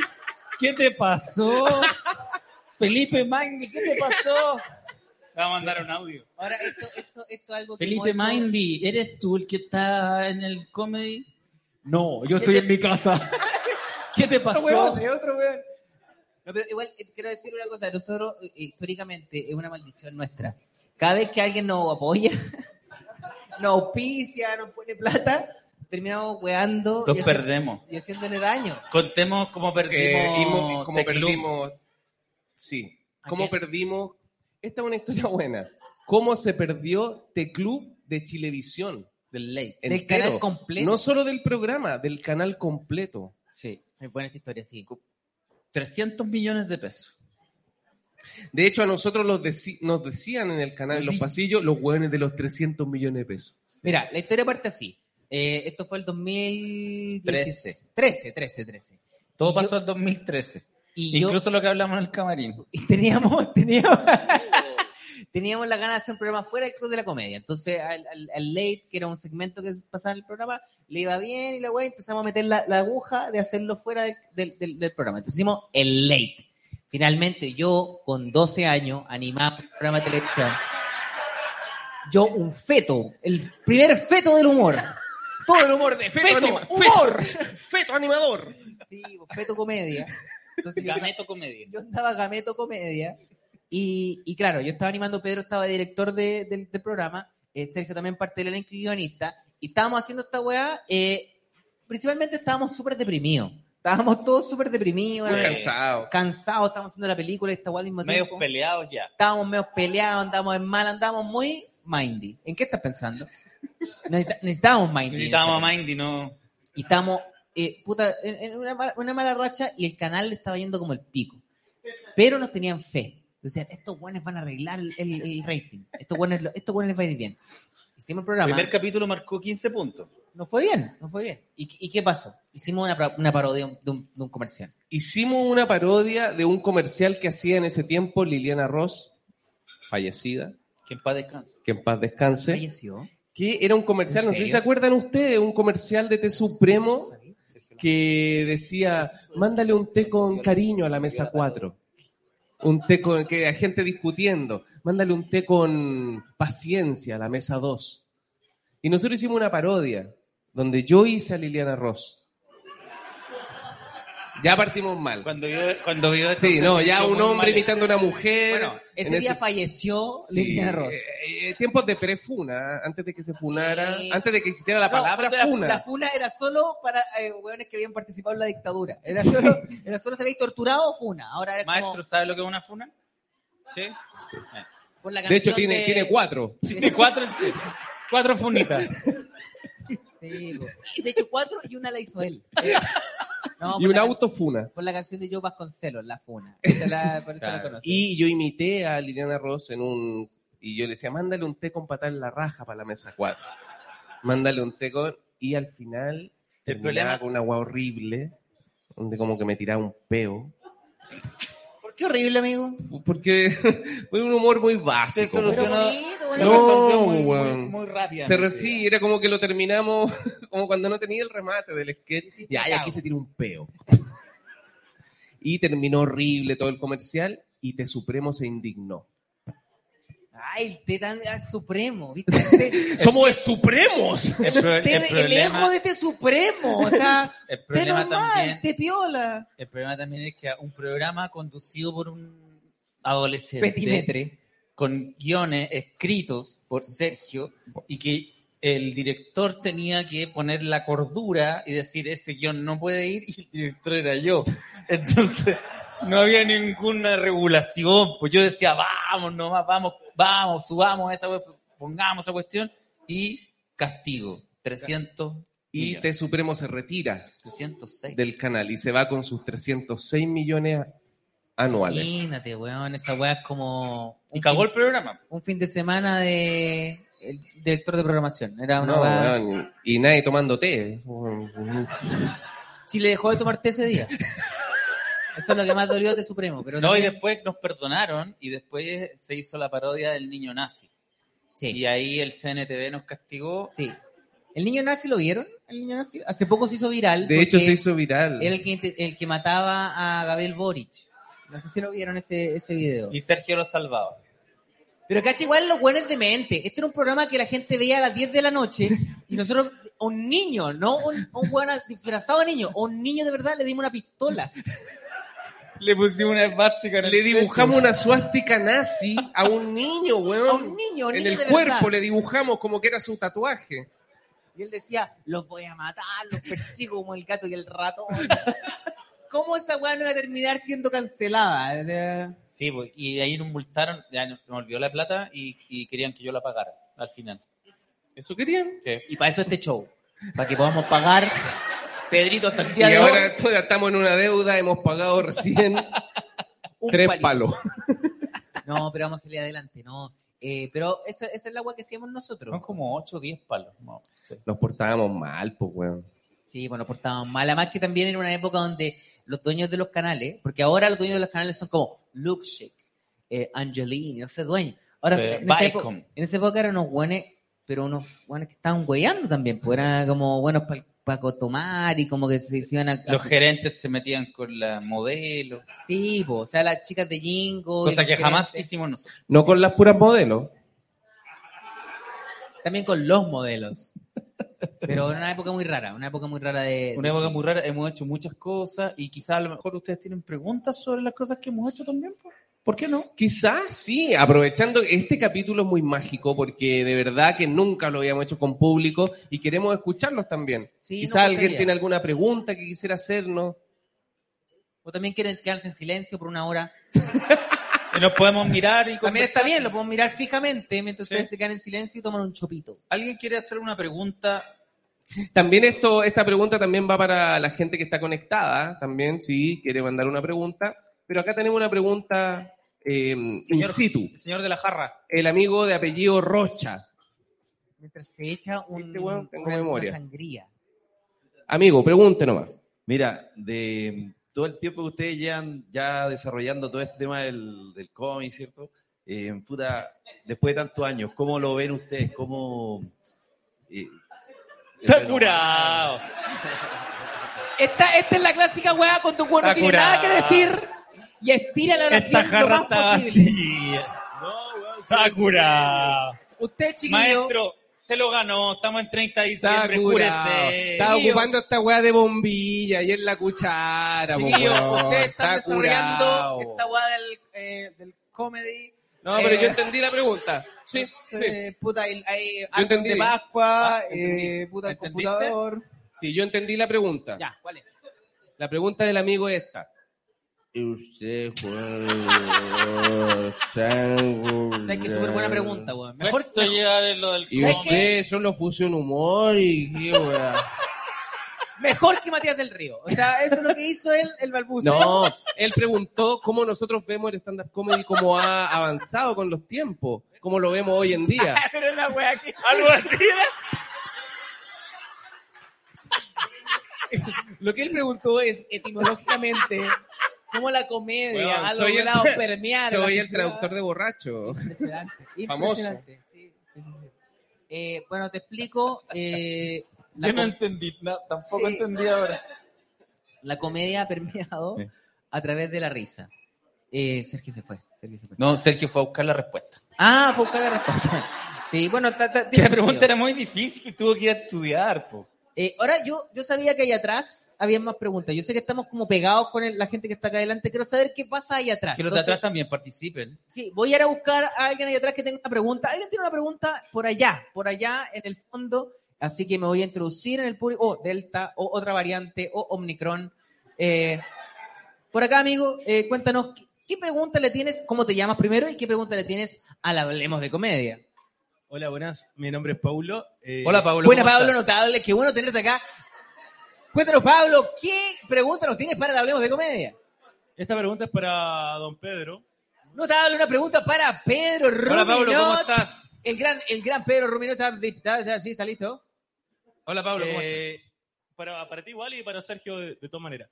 S4: ¿Qué te pasó? Felipe Mindy, ¿qué te pasó? Le va a mandar un audio.
S2: Ahora, esto, esto, esto es algo que
S4: Felipe
S2: hemos hecho-
S4: Mindy, ¿eres tú el que está en el comedy?
S5: No, yo estoy en mi casa.
S4: ¿Qué te
S3: Este
S2: Otro
S4: pasó?
S2: weón, es otro weón. No, pero igual eh, quiero decir una cosa. Nosotros, eh, históricamente, es una maldición nuestra. Cada vez que alguien nos apoya, *laughs* nos auspicia, nos pone plata, terminamos weando
S4: Los
S2: y, haci-
S4: perdemos.
S2: y haciéndole daño.
S4: Contemos cómo
S3: Eh, y mo-
S4: perdimos.
S3: y como
S4: Teclum.
S3: perdimos. Sí.
S2: ¿A
S3: Cómo
S2: qué?
S3: perdimos. Esta es una historia buena. Cómo se perdió The Club de Chilevisión. Del Late.
S2: Del
S3: entero.
S2: canal completo.
S3: No solo del programa, del canal completo.
S4: Sí,
S2: Me pone esta historia así.
S4: 300 millones de pesos.
S3: De hecho, a nosotros los deci- nos decían en el canal, en los pasillos, los hueones de los 300 millones de pesos.
S2: Mira, la historia parte así. Eh, esto fue el 2013.
S4: Trece.
S2: 13, 13, 13.
S4: Todo
S2: Y yo-
S4: pasó en 2013.
S2: Y yo-
S4: Incluso lo que hablamos en el camarín.
S2: y teníamos, *laughs* teníamos, teníamos la gana de hacer un programa fuera del Club de la Comedia. Entonces, al, al- al late, que era un segmento que pasaba en el programa, le iba bien y la weá, empezamos a meter la, la aguja de hacerlo fuera del, del- del- del programa. Entonces hicimos el late. Finalmente, yo, con 12 años, animaba un programa de televisión. Yo, un feto, el primer feto del humor.
S3: Todo el humor de
S2: Feto,
S3: humor, feto animador.
S2: Sí, feto comedia. Entonces, yo-
S4: comedia.
S2: *laughs* yo andaba gameto comedia y, y claro, yo estaba animando, Pedro estaba director de- del, del programa, eh, Sergio también parte del elenco y guionista, y estábamos haciendo esta weá, eh, principalmente estábamos súper deprimidos, estábamos todos súper deprimidos,
S4: Sí.
S2: eh,
S3: Cansado.
S2: cansados, estábamos haciendo la película y esta weá al mismo
S4: Medios
S2: tiempo,
S4: peleados ya.
S2: estábamos medio peleados, andábamos en mal, andábamos muy mindy. ¿En qué estás pensando? Necesita- necesitábamos mindy.
S4: Necesitábamos a Mindy, no.
S2: Y estábamos, eh, puta, en, en una, mala, una mala racha y el canal le estaba yendo como el pico. Pero nos tenían fe. Decían, estos buenos van a arreglar el, el- el rating. Estos buenos, lo- estos buenos les va a ir bien. Hicimos el
S4: El
S2: programa.
S4: primer capítulo marcó 15 puntos.
S2: No fue bien, no fue bien. ¿Y, qué- y qué pasó? Hicimos una, pra- una parodia de un, de un- de un comercial.
S3: Hicimos una parodia de un comercial que hacía en ese tiempo Liliana Ross, fallecida,
S4: Que en paz descanse.
S3: que en paz descanse,
S2: Falleció.
S3: que era un comercial,
S2: ¿En
S3: no sé si
S2: serio?
S3: se acuerdan ustedes, un comercial de té supremo que decía, mándale un té con cariño a la mesa 4. Un té con, que hay gente discutiendo, mándale un té con paciencia a la mesa 2. Y nosotros hicimos una parodia donde yo hice a Liliana Ross. Ya partimos mal.
S4: Cuando vio, cuando vio eso.
S3: Sí,
S4: se
S3: no,
S4: sintió
S3: ya un
S4: muy
S3: hombre
S4: mal.
S3: imitando a una mujer.
S2: Bueno, ese
S3: en
S2: día falleció Liliana Ross.
S3: Eh, eh, tiempos de prefuna, antes de que se funara,
S2: Sí.
S3: antes de que existiera la
S2: No,
S3: palabra
S2: cuando la-
S3: funa.
S2: La, funa era solo para eh, hueones que habían participado en la dictadura. Era solo, era solo se había torturado funa. Ahora es como-
S4: Maestro, ¿sabe lo que es una funa? ¿Sí?
S2: Por la
S3: De hecho,
S2: canción
S3: tiene,
S2: de-
S3: tiene
S2: *laughs*
S3: cuatro.
S4: Tiene cuatro,
S3: *laughs*
S4: cuatro funitas.
S2: Sí, po. Y *laughs* de hecho, cuatro y una la hizo
S4: *laughs*
S2: él. Eh, no, por
S3: y un
S2: la
S3: autofuna.
S2: can- Por la canción de Joe Vasconcelos, La Funa. Esa la, por eso la
S4: Claro.
S2: conoce.
S3: Y yo imité a Liliana Ross en un. Y yo le decía, mándale un té con patar en la raja para la mesa 4. Mándale un té con. Y al final.
S4: El
S3: El
S4: problema-
S3: problema. Con una agua horrible. Donde como que me tiraba un peo.
S4: ¿Por qué horrible, amigo?
S3: Porque *laughs* fue un humor muy
S4: Se
S3: básico.
S4: solucionó.
S3: bueno.
S4: se resolvió
S3: No,
S4: muy, muy,
S3: weón.
S4: muy rápidamente.
S3: Se re- sí, era como que lo terminamos. *laughs* Como cuando no tenía el remate del sketch. Ya, y
S2: cagao.
S3: aquí se tira un peo. Y terminó horrible todo el comercial. Y Te Supremo se indignó.
S2: Ay, el té tan ah, supremo, ¿viste? El
S4: *laughs*
S2: té-
S3: ¡Somos supremos!
S4: El, pro- el
S2: té- el
S4: problema,
S2: ego de té supremo, o sea,
S4: el
S2: té
S4: problema
S2: normal,
S4: también,
S2: té piola.
S4: el problema también es que un programa conducido por un adolescente
S2: Petimetre.
S4: con guiones escritos por Sergio y que el director tenía que poner la cordura y decir ese guión no puede ir y el director era yo. Entonces no había ninguna regulación. Pues yo decía, vamos nomás, vamos, vamos, subamos esa, we- pongamos esa cuestión y castigo. 300
S3: Y Te Supremo se retira
S4: 306.
S3: del canal y se va con sus 306 millones anuales.
S2: Imagínate, weón, esa weá es como
S4: Y
S2: un,
S4: cagó
S2: fin,
S4: el programa.
S2: un fin de semana de el director de programación. Era una
S3: No,
S2: weá-
S3: weón, y nadie tomando té.
S2: Si le dejó de tomar té ese
S4: *laughs*
S2: día. Eso es lo que más dolió de Supremo. Pero
S4: No, y
S2: también-
S4: después nos perdonaron y después se hizo la parodia del niño nazi. Y
S2: sí,
S4: ahí el CNTV nos castigó.
S2: sí. ¿El niño nazi lo vieron? ¿El niño nazi? Hace poco se hizo viral.
S3: De hecho,
S2: porque
S3: se hizo viral.
S2: Era el que, el que mataba a Gabriel Boric. No sé si lo vieron ese, ese video.
S4: Y Sergio lo salvaba.
S2: Pero cacha, igual los buenos de mente. Este era un programa que la gente veía a las 10 de
S3: *laughs*
S2: la noche y nosotros, un niño, no un, un weón disfrazado de niño, un niño de verdad le dimos
S3: *laughs*
S2: una pistola.
S4: Le pusimos una esvástica
S3: Le dibujamos una suástica nazi a un niño, weón.
S2: A un niño, un
S3: en
S2: niño
S3: el
S2: de
S3: cuerpo
S2: verdad.
S3: le dibujamos como que era su tatuaje.
S2: Y él decía, los voy a matar, los persigo como el gato y el ratón.
S3: *laughs*
S2: ¿Cómo esa weá no iba a terminar siendo cancelada? Eh,
S4: Sí, pues, y de ahí nos multaron, ya no- se me olvidó la plata y, y querían que yo la pagara al final.
S3: ¿Eso querían?
S2: Y para eso este show, para que podamos pagar Pedrito hasta el
S3: Y
S2: día de hoy.
S3: ahora todavía estamos en una deuda, hemos pagado recién
S2: un
S3: tres
S2: palito.
S3: palos.
S2: No, pero vamos a salir adelante, no. Eh, pero eso, esa es la weá que hacíamos nosotros.
S4: Son como 8 o 10 palos. ¿no? Sí.
S3: Nos portábamos mal, pues, weón.
S2: Sí, bueno, portaban mal. Además que también era una época donde los dueños de los canales, porque ahora los dueños de los canales son como Lukeshik, eh, Angelini, no sé, dueños. Ahora,
S4: Eh,
S2: en, esa
S4: Viacom.
S2: época, en esa época eran unos buenos, pero unos buenos que estaban hueando también, pues eran como buenos para tomar y como que se, se iban a... a-
S4: Los gerentes se metían con la modelo,
S2: sí, po, o sea, las chicas de Jingo. y
S4: cosa
S2: los
S4: que jamás
S2: gerentes.
S4: hicimos nosotros.
S3: No con las puras modelos.
S2: También con los modelos. Pero era una época muy rara, una época muy rara de...
S4: Una
S2: de
S4: época
S2: Chile.
S4: muy rara, hemos hecho muchas cosas y quizás a lo mejor ustedes tienen preguntas sobre las cosas que hemos hecho también. pues. ¿Por qué no?
S3: Quizás sí, aprovechando que este capítulo es muy mágico porque de verdad que nunca lo habíamos hecho con público y queremos escucharlos también.
S2: Sí, pues,
S3: Quizás
S2: nos
S3: alguien
S2: gustaría.
S3: tiene alguna pregunta que quisiera hacernos.
S2: O también quieren quedarse en silencio por una hora.
S4: Y nos podemos mirar y
S2: También está
S4: conversar.
S2: bien, lo podemos mirar fijamente mientras
S4: Sí.
S2: ustedes se quedan en silencio y toman un chopito.
S4: ¿Alguien quiere hacer una pregunta?
S3: También esto, esta pregunta también va para la gente que está conectada, también si quiere mandar una pregunta. Pero acá tenemos una pregunta eh, in
S4: Señor-
S3: situ.
S4: El señor de la jarra.
S3: El amigo de apellido Rocha.
S2: Mientras se echa un,
S3: Este weón tengo
S2: una,
S3: memoria.
S2: una sangría.
S3: Amigo, pregunte nomás.
S6: Mira, de todo el tiempo que ustedes llevan ya desarrollando todo este tema del, del cómic, ¿cierto? Eh, puta, después de tantos años, ¿cómo lo ven ustedes? ¿Cómo...? eh,
S4: Está
S2: Ah,
S4: curado.
S8: Esta, esta es la clásica weá cuando un weón no
S4: Está
S8: tiene nada que
S4: curada.
S8: decir y estira la
S4: Esta
S8: oración lo
S4: jarra
S8: más
S4: está
S8: posible.
S4: vacía. Está curado.
S8: Usted, chiquillo,
S4: Maestro, se lo ganó. Estamos en 30 de
S3: Está
S4: diciembre.
S3: curado.
S4: cúrese.
S3: Está
S8: Chiquillo.
S3: ocupando esta weá de bombilla y en la cuchara. po,
S8: chiquillo,
S3: weón.
S8: ustedes están desarrollando
S3: curado.
S8: esta weá del, eh, del comedy.
S3: No, pero
S8: eh,
S3: yo entendí la pregunta. Sí, sí.
S8: Eh, puta, el- hay árbol
S3: entendí.
S8: de Pascua,
S3: Ah, entendí.
S8: eh, puta, el
S4: ¿Entendiste?
S8: computador.
S3: Sí, yo entendí la pregunta.
S2: Ya, ¿cuál es?
S3: La pregunta del amigo es esta.
S9: y usted
S3: *laughs*
S9: juega sangre.
S2: O sea, que es súper
S3: eh,
S2: buena pregunta, weón. Mejor
S4: Cuesta llegar en lo del
S9: Y
S4: cómic.
S9: usted solo fusión humor y qué
S8: *laughs*
S9: weá.
S2: Mejor que Matías del Río. O sea, eso es lo que hizo él, el balbuceo. *laughs*
S3: No, él preguntó cómo nosotros vemos el stand-up comedy, cómo ha avanzado con los tiempos, cómo lo vemos hoy en día.
S8: Pero la wea que.
S4: Algo así.
S2: *laughs*
S8: Lo que él preguntó es etimológicamente cómo la comedia
S3: Weón,
S2: "Ah,
S8: ha
S3: soy el- *laughs*
S8: logrado permear. la
S3: Soy el
S8: sociedad.
S3: traductor de borracho.
S2: Impresionante.
S3: Famoso.
S2: impresionante. Sí, sí, sí. Eh, bueno, te explico. eh, la,
S4: Yo no
S2: com-
S4: entendí, no, tampoco
S2: Sí.
S4: entendí ahora.
S2: la comedia ha permeado
S6: Sí.
S2: a través de la risa. Eh, Sergio se fue. Sergio se fue.
S4: No, Sergio fue a buscar la respuesta.
S2: Ah, fue a buscar la respuesta. Sí, bueno, ta-
S4: *laughs*
S2: ta-
S4: Que
S2: tiene
S4: la pregunta
S2: sentido.
S4: era muy difícil, tuvo que ir a estudiar, po.
S2: Eh, ahora, yo, yo sabía que ahí atrás había más preguntas. Yo sé que estamos como pegados con el- la gente que está acá adelante. Quiero saber qué pasa ahí atrás.
S4: Que los de
S2: Entonces,
S4: atrás también participen.
S2: Sí, voy a ir a buscar a alguien ahí atrás que tenga una pregunta. Alguien tiene una pregunta por allá, por allá en el fondo. Así que me voy a introducir en el público. O Delta, o otra variante, o Omicron. Eh, por acá, amigo, eh, cuéntanos, ¿qué, qué pregunta le tienes? ¿Cómo te llamas primero? ¿Y qué pregunta le tienes al Hablemos de Comedia?
S10: Hola, buenas. Mi nombre es Paulo. Eh,
S4: *laughs* Hola, Pablo.
S2: Buena,
S4: ¿cómo
S2: Pablo,
S4: estás?
S2: notable. Qué bueno tenerte acá. Cuéntanos, Pablo, ¿qué pregunta nos tienes para el Hablemos de Comedia?
S10: Esta pregunta es para don Pedro.
S2: Notable, una pregunta para Pedro Ruminot.
S3: Hola Pablo, ¿cómo estás?
S2: El gran, el gran Pedro Ruminot está, está- está- sí, está listo.
S3: Hola Pablo, ¿cómo estás?
S10: Eh, para, para ti igual y para Sergio de, de todas maneras.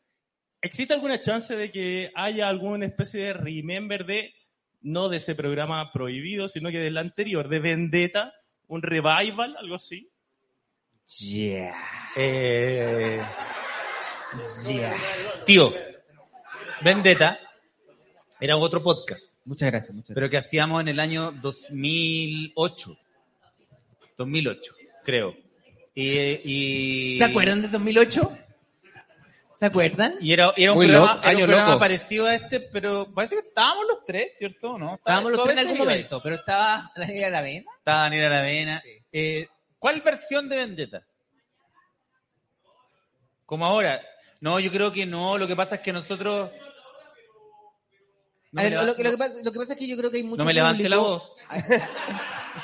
S10: ¿Existe alguna chance de que haya alguna especie de remember de, no de ese programa prohibido, sino que del anterior, de Vendetta, un revival, algo así?
S4: Eh, Tío, Vendetta era otro podcast,
S2: Muchas gracias, muchas
S4: pero que hacíamos en el año 2008. 2008, creo. Y, eh, y-
S2: ¿Se acuerdan de 2008? ¿Se acuerdan?
S4: Y era, era un,
S3: Muy
S4: programa,
S3: loco,
S4: era un
S3: año
S4: programa
S3: loco.
S4: parecido a este, pero parece que estábamos los tres, ¿cierto? ¿No?
S2: Estábamos los tres
S4: Estaba-
S2: en algún
S4: todavía seguido
S2: momento, pero estaba *laughs* Daniela Aravena.
S4: ahí. Estaba Daniel Aravena. Eh, ¿Cuál versión de Vendetta? Como ahora. No, yo creo que no. Lo que pasa es que nosotros. No
S2: A
S4: me
S2: ver,
S4: leva-
S2: lo, que- lo que
S4: no-
S2: pasa, lo que pasa es que yo creo que hay mucho
S4: no me levante la
S2: público-
S4: voz.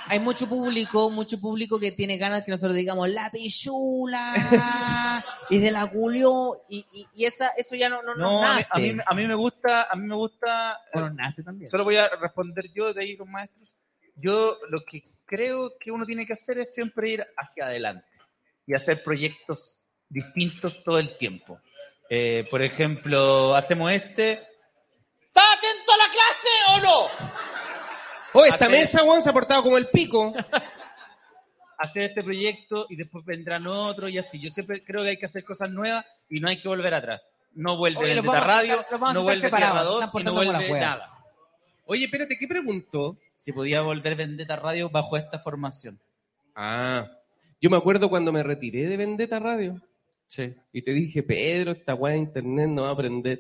S2: Hay mucho público, mucho público que tiene ganas que nosotros digamos la
S4: *laughs*
S2: pichula y de la culió y, y, y esa, eso ya no, no, nos
S4: No, a mí,
S2: nace.
S4: a mí- a mí me gusta, a mí me gusta. eh,
S2: No nos nace también.
S4: Solo voy a responder yo de ahí los maestros. Yo lo que creo que uno tiene que hacer es siempre ir hacia adelante y hacer proyectos distintos todo el tiempo. Eh, por ejemplo, hacemos este. ¿Está atento a la clase o no?
S3: Oye, esta
S4: hacer-
S3: mesa, weón, se ha portado como el pico.
S4: hacer este proyecto y después vendrán otros y así. Yo siempre creo que hay que hacer cosas nuevas y no hay que volver atrás. No vuelve
S2: Oye, los
S4: Vendetta
S2: vamos a
S4: Radio,
S2: sacar- los vamos a
S4: no
S2: sacar
S4: vuelve
S2: separados,
S4: Tierra
S2: se
S4: 2
S2: están
S4: y
S2: portando
S4: no
S2: como
S4: vuelve
S2: la wea.
S4: nada.
S3: Oye, espérate, ¿qué preguntó?
S4: Se podía volver Vendetta Radio bajo esta formación.
S3: Ah, yo me acuerdo cuando me retiré de Vendetta Radio
S4: Sí.
S3: y te dije, Pedro, esta weá de internet no va a aprender.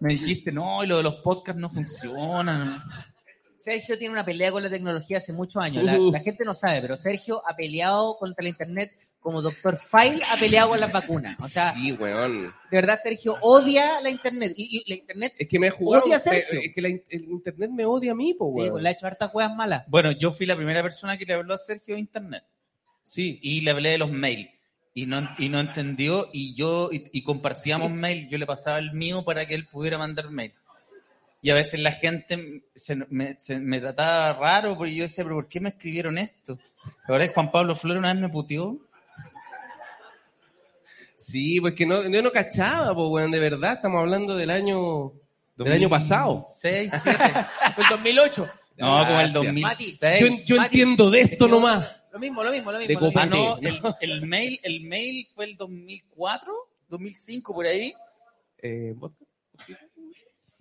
S4: Me dijiste, no, y lo de los podcasts no funciona.
S2: Sergio tiene una pelea con la tecnología hace muchos años. La,
S3: Uh.
S2: la gente no sabe, pero Sergio ha peleado contra el Internet como Doctor File ha peleado con las vacunas. O sea,
S3: sí, weón.
S2: de verdad Sergio odia la Internet. Y, y la Internet,
S3: Es que me ha jugado.
S2: Odia a
S3: se-
S2: Sergio.
S3: es que la in- el internet me odia a mí,
S4: Oh,
S3: po,
S2: sí, pues,
S3: weón.
S2: le ha hecho hartas huevas malas.
S4: Bueno, yo fui la primera persona que le habló a Sergio de Internet
S3: Sí.
S4: y le hablé de los mails. Y no, y no entendió, y yo, y, y compartíamos mail, yo le pasaba el mío para que él pudiera mandar mail. Y a veces la gente se, me, se- me trataba raro, porque yo decía, pero ¿por qué me escribieron esto? Ahora es Juan Pablo Flores una vez me puteó.
S3: Sí, pues que no, yo no cachaba, po, weón, de verdad. Estamos hablando del año, del año pasado.
S4: 6, 7.
S8: Fue el 2008.
S4: No, como
S3: Gracias.
S4: el 2006.
S3: Yo, yo
S2: Mati,
S3: entiendo de esto
S2: yo-
S3: nomás.
S2: Lo mismo, lo mismo, lo mismo.
S3: De
S2: lo mismo.
S4: Ah,
S3: Copán.
S4: no,
S3: Sí.
S4: el, el mail, el mail fue el 2004, 2005, por ahí.
S3: Eh, vos-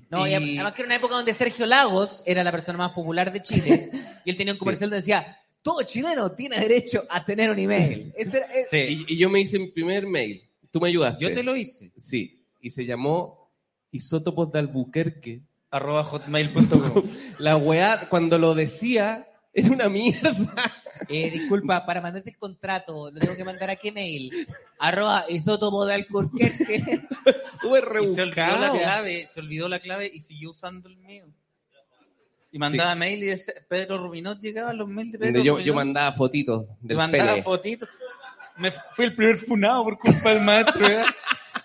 S2: No, y
S4: Y-
S2: además que era una época donde Sergio Lagos era la persona más popular de
S4: *laughs*
S2: Chile y él tenía un
S3: Sí.
S2: comercial donde decía, todo chileno tiene derecho a tener un
S4: *laughs*
S2: email. Ese era- eh, es-
S4: Sí.
S3: y, y yo me hice mi primer mail. Tú me ayudaste.
S4: Yo te lo hice.
S3: Sí. Y se llamó
S4: *laughs*
S3: Isótopos de Albuquerque. *laughs*
S4: Arroba hotmail.com.
S3: La weá, cuando lo decía, Era una mierda. *laughs*
S2: Eh, disculpa, para mandarte el contrato, lo tengo que mandar a qué mail. Arroba isótomodalcurquerque.
S4: *laughs*
S3: Sube
S4: Y se olvidó la
S3: rebuscado.
S4: clave, se olvidó la clave y siguió usando el mío. Y mandaba mail y decía, Pedro Rubinot llegaba los mails de Pedro
S3: Yo,
S4: Rubinot.
S3: yo mandaba fotitos
S4: Te
S3: del
S4: mandaba
S3: pene.
S4: fotitos. Me f- fui el primer funado por culpa del maestro. ¿eh?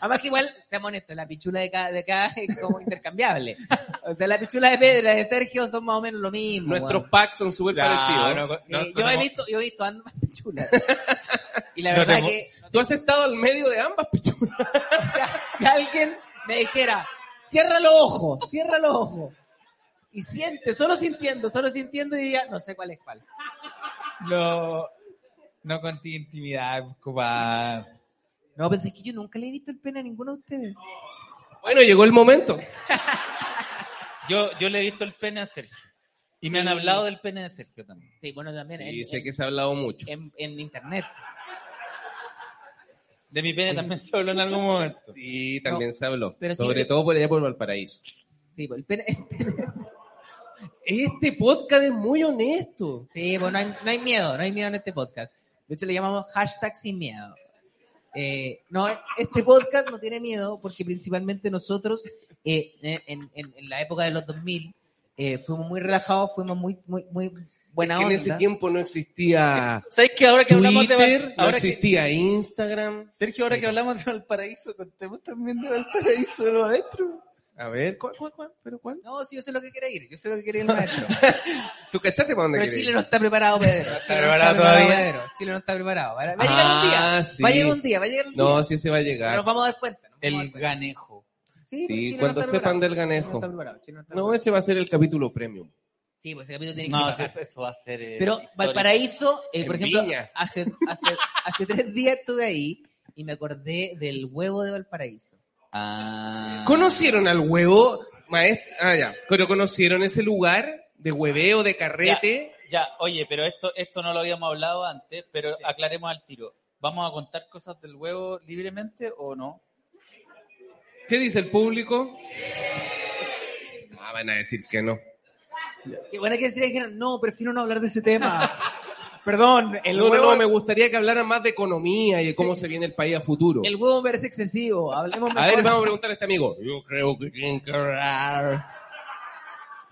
S2: Además que igual, seamos honestos, la pichula de cada, de cada es como intercambiable. O sea, la pichula de Pedro y la de Sergio son más o menos lo mismo.
S3: Nuestros
S2: weón.
S3: packs son súper
S4: Ya,
S3: parecidos.
S4: Ah, no, no,
S2: Sí,
S4: no
S2: yo, he
S4: tenemos-
S2: visto, yo he visto ambas
S4: *laughs*
S2: pichulas. Y la
S4: No
S2: verdad
S4: tenemos-
S2: que
S3: Tú has estado al medio de ambas pichulas.
S2: o sea, si alguien me dijera, cierra los ojos, cierra los ojos. Y siente, solo sintiendo, solo sintiendo, y diría, no sé cuál es cuál.
S4: No, no contigo intimidad, compadre.
S2: No, pensé que yo nunca le he visto el pene a ninguno de ustedes.
S3: Bueno, llegó el momento.
S4: Yo, yo le he visto el pene a Sergio. Y me han hablado del pene de Sergio también.
S2: Sí, bueno, también
S3: Y
S2: en,
S3: sé que se ha hablado mucho.
S2: en- en internet.
S4: De mi pene también se habló en algún momento.
S3: Sí, también se habló.
S2: pero sí,
S3: Sobre
S2: pero-
S3: todo por allá por Valparaíso.
S2: Sí, pues, el pene,
S3: Este podcast es muy honesto.
S2: Sí, bueno, no hay, no hay miedo, no hay miedo en este podcast. De hecho, le llamamos hashtag sin miedo. Eh, no, este podcast no tiene miedo porque principalmente nosotros, eh, en, en- en la época de los 2000, eh, fuimos muy relajados, fuimos muy, muy, muy buena
S3: que en
S2: onda.
S3: ese tiempo no existía
S4: ¿Sabes que ahora que hablamos de
S3: Twitter,
S4: Val-
S3: no
S4: ahora que-
S3: existía Instagram.
S4: Sergio, ahora que hablamos de Valparaíso, contemos también de Valparaíso de los adentro.
S3: A ver, ¿cuál, cuál, cuál? ¿Pero cuál?
S2: No, sí, yo sé lo que quiere ir, yo sé lo que quiere ir
S3: *laughs*
S2: el maestro.
S3: ¿Tú cachaste para dónde
S2: Pero
S3: quería
S2: Chile
S3: ir?
S2: no está preparado, Pedro. Chile
S4: está
S2: no
S4: preparado todavía.
S2: Pedro. Chile no está preparado. Va a llegar un día,
S3: Ah, sí.
S2: va a llegar un día, va a llegar un día.
S3: No, sí se va a
S2: Pero
S3: llegar.
S2: nos vamos a dar cuenta. nos vamos a
S4: El
S2: dar cuenta.
S4: ganejo.
S2: Sí, pero
S3: Sí,
S2: Chile no
S3: cuando
S2: está
S3: sepan
S2: preparado.
S3: del
S2: Chile no está
S3: ganejo.
S2: preparado, Chile no está
S3: No,
S2: preparado.
S3: ese va a ser el capítulo premium.
S2: Sí, pues ese capítulo tiene que
S4: No,
S2: bajar.
S4: eso, eso va a ser. eh,
S2: Pero
S4: histórico.
S2: Valparaíso, eh, por
S3: En
S2: ejemplo,
S3: Viña.
S2: hace, hace, hace tres días estuve ahí y me acordé del huevo de Valparaíso.
S4: Ah.
S3: ¿Conocieron al huevo, maestro? Ah, ya. Pero conocieron ese lugar de hueveo, de carrete.
S4: Ya, oye, pero esto, esto no lo habíamos hablado antes, pero aclaremos al tiro. ¿Vamos a contar cosas del huevo libremente o no?
S3: ¿Qué dice el público? Ah, van a decir que no.
S2: Y bueno, hay que decir, dijeron, no, prefiero no hablar de ese tema. *laughs* Perdón, el
S3: no,
S2: huevo...
S3: no, no, me gustaría que hablaran más de economía y de cómo se viene el país a futuro.
S2: El huevo me parece excesivo, hablemos
S3: A
S2: mejor.
S3: ver, vamos a preguntar a este amigo.
S9: Yo creo que tienen que hablar.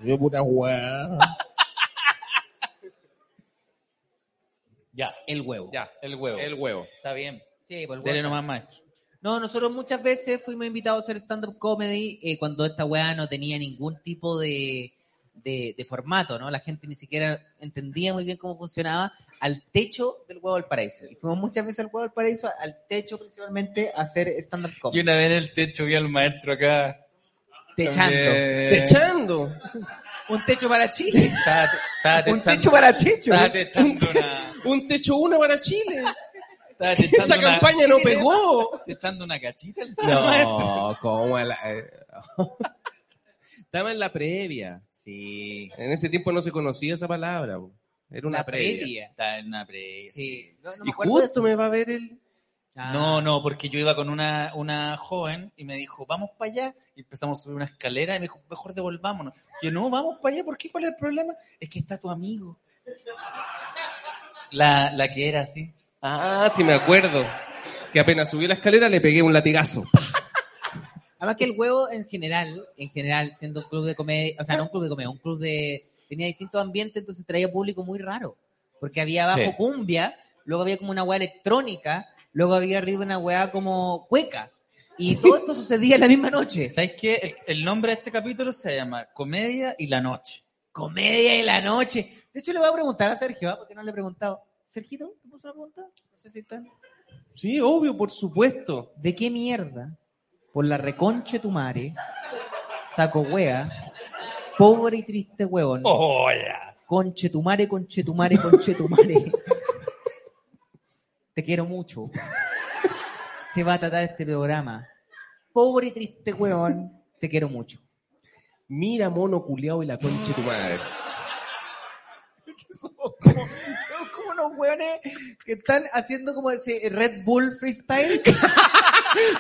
S9: Yo puta weá.
S4: Ya,
S2: El huevo.
S3: Ya,
S4: el huevo.
S3: el huevo.
S4: Está bien.
S2: Sí, pues el
S4: Dele
S2: huevo.
S4: nomás, maestro.
S2: No, nosotros muchas veces fuimos invitados a hacer stand-up comedy eh, cuando esta weá no tenía ningún tipo de, de- de formato, ¿no? La gente ni siquiera entendía muy bien cómo funcionaba al techo del huevo del paraíso. Y fuimos muchas veces al huevo del paraíso, al techo principalmente, a hacer stand-up comedy.
S4: una vez en el techo vi al maestro acá.
S2: Techando.
S3: Techando.
S2: Un techo para Chile.
S4: Estaba, estaba
S2: Un
S4: techando-
S2: techo para Checho.
S4: Estaba techando una.
S3: Un techo uno para
S2: *laughs*
S3: Chile.
S4: Estaba techando
S3: Esa
S4: una-
S3: campaña no pegó.
S4: techando una cachita.
S3: *laughs* No, ¿cómo? a la- eh, Estaba en la previa.
S4: Sí.
S3: En ese tiempo no se conocía esa palabra. po. Era una
S2: La
S3: previa.
S2: previa.
S4: Estaba en una previa.
S2: Sí. No, no me
S3: Y
S2: acuerdo de
S3: justo
S2: eso.
S3: me va a ver el...
S2: Ah.
S4: No, no, porque yo iba con una, una joven y me dijo, vamos para allá. Y empezamos a subir una escalera y me dijo, mejor devolvámonos. Y yo, no, vamos para allá, ¿por qué? ¿Cuál es el problema? Es que está tu amigo. La, la que era así.
S3: Ah, sí me acuerdo. Que apenas subí la escalera le pegué un latigazo.
S2: Además que el huevo en general, en general, siendo un club de comedia, o sea, no un club de comedia, un club de... Tenía distintos ambientes, entonces traía público muy raro. Porque había abajo
S4: Sí.
S2: cumbia, luego había como una hueá electrónica, luego había arriba una hueá como cueca. Y todo esto sucedía en la misma noche.
S4: ¿Sabes qué? El, el nombre de este capítulo se llama Comedia y la Noche.
S2: Comedia de la noche. De hecho, le voy a preguntar a Sergio, ¿ah? porque no le he preguntado. Sergito, ¿te puso una pregunta? No sé si está-
S3: Sí, obvio, por supuesto.
S2: ¿De qué mierda, por la reconche tu mare, saco hueá, pobre y triste hueón?
S10: Oh.
S2: Conchetumare, conchetumare, *laughs* conchetumare. Te quiero mucho. Se va a tratar este programa. Pobre y triste hueón, te quiero mucho.
S3: Mira mono culiao y la concha de tu madre.
S2: Son como unos hueones que están haciendo como ese Red Bull freestyle,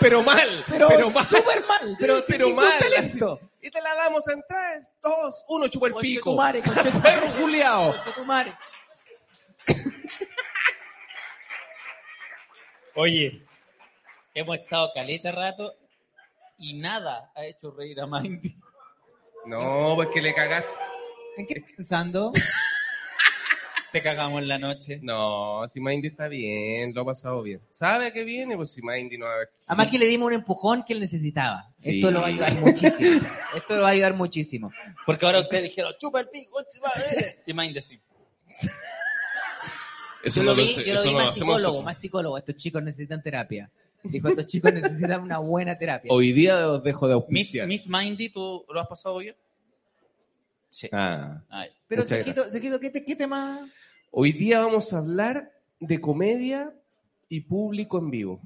S3: Pero mal, pero, mal.
S2: súper mal, *laughs* pero, sin
S3: Pero
S2: ningún
S3: mal,
S2: talento.
S3: Y te la damos en 3, 2, 1, chupa el pico.
S8: Conchetumare, conchetumare.
S3: Perro culiao.
S8: Conchetumare.
S4: Oye, hemos estado caleta rato y nada ha hecho reír a Mindy.
S3: No, pues que le cagaste.
S2: ¿En qué estás pensando?
S4: Te cagamos en la noche.
S3: No, si Mindy está bien, lo ha pasado bien. ¿Sabe que viene? Pues si Mindy no va a...
S2: Además que le dimos un empujón que él necesitaba.
S3: Sí.
S2: Esto lo va a ayudar *laughs* muchísimo. Esto lo va a ayudar muchísimo.
S4: Porque ahora ustedes dijeron, chupa el pico, chupa, *laughs* eh". Y Mindy así.
S2: yo lo vi, yo lo vi más psicólogo, más psicólogo. Estos chicos necesitan terapia. Dijo, estos chicos *laughs* necesitan una buena terapia.
S3: Hoy día os dejo de
S4: Miss,
S3: auspiciar.
S4: Miss Mindy, ¿tú lo has pasado bien? Sí.
S3: Ah.
S4: Ay.
S2: Pero,
S3: muchas
S2: Sergito, Sergito, ¿qué, te- ¿qué tema?
S3: Hoy día vamos a hablar de comedia y público en vivo.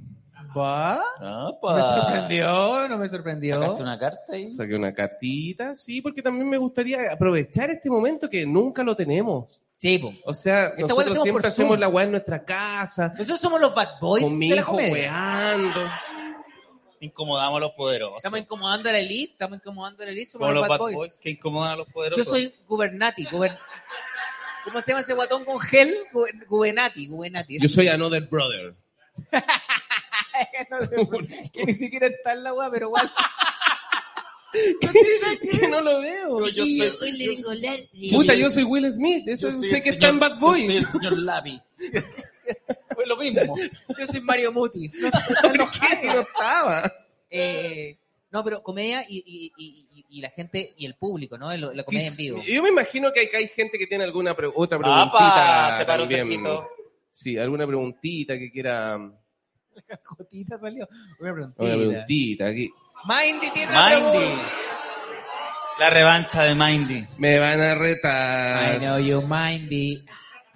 S2: ¿Va?
S4: Apa.
S2: ¿Me sorprendió? ¿No me sorprendió?
S4: ¿Sacaste una carta ahí?
S3: Saqué una cartita, sí, porque también me gustaría aprovechar este momento que nunca lo tenemos.
S2: Sí, pues. po.
S3: O sea,
S2: Esta weá la
S3: nosotros
S2: hacemos por
S3: siempre
S2: Zoom.
S3: hacemos la weá en nuestra casa,
S2: Nosotros somos los bad boys
S3: con mi
S2: de la
S3: hijo
S2: comedia.
S3: weando.
S4: Incomodamos a los poderosos.
S2: Estamos incomodando a la elite, estamos incomodando a la elite, somos
S4: Como
S2: los, bad, boys.
S4: que incomodan a los
S2: Yo
S4: poderosos.
S2: soy Gubernati, guber- ¿cómo se llama ese guatón con gel? Guber- Gubernati, Gubernati.
S3: Yo soy Another *laughs* Brother.
S2: *laughs* que ni siquiera está en la weá, pero *laughs* igual.
S3: que no lo veo.
S2: Chiquillo, hoy le vengo a hablar de-
S3: Puta, yo soy Will Smith, eso
S4: Yo soy
S3: sé
S4: el
S3: que está en
S4: señor-
S3: Bad Boy.
S4: Yo soy el señor *laughs* Lavi. Fue Pues lo *laughs* mismo.
S2: *laughs* yo soy Mario Mutis. No,
S3: *laughs* ¿Por qué? Si no estaba.
S2: Eh, no, pero comedia y, y- y- y- y la gente y el público, ¿no? Lo- La comedia en vivo.
S3: *laughs* Yo me imagino que hay, que hay gente que tiene alguna pre- otra preguntita
S4: ¡Apa! Se paró
S3: también.
S4: Sergito.
S3: Sí, alguna preguntita que quiera. Una
S2: Cotita salió. Una
S3: preguntita aquí.
S2: Mindy tiene una
S4: Mindy.
S2: pregunta.
S4: La revancha de Mindy.
S3: Me van a
S2: I
S3: retar.
S2: know you, Mindy.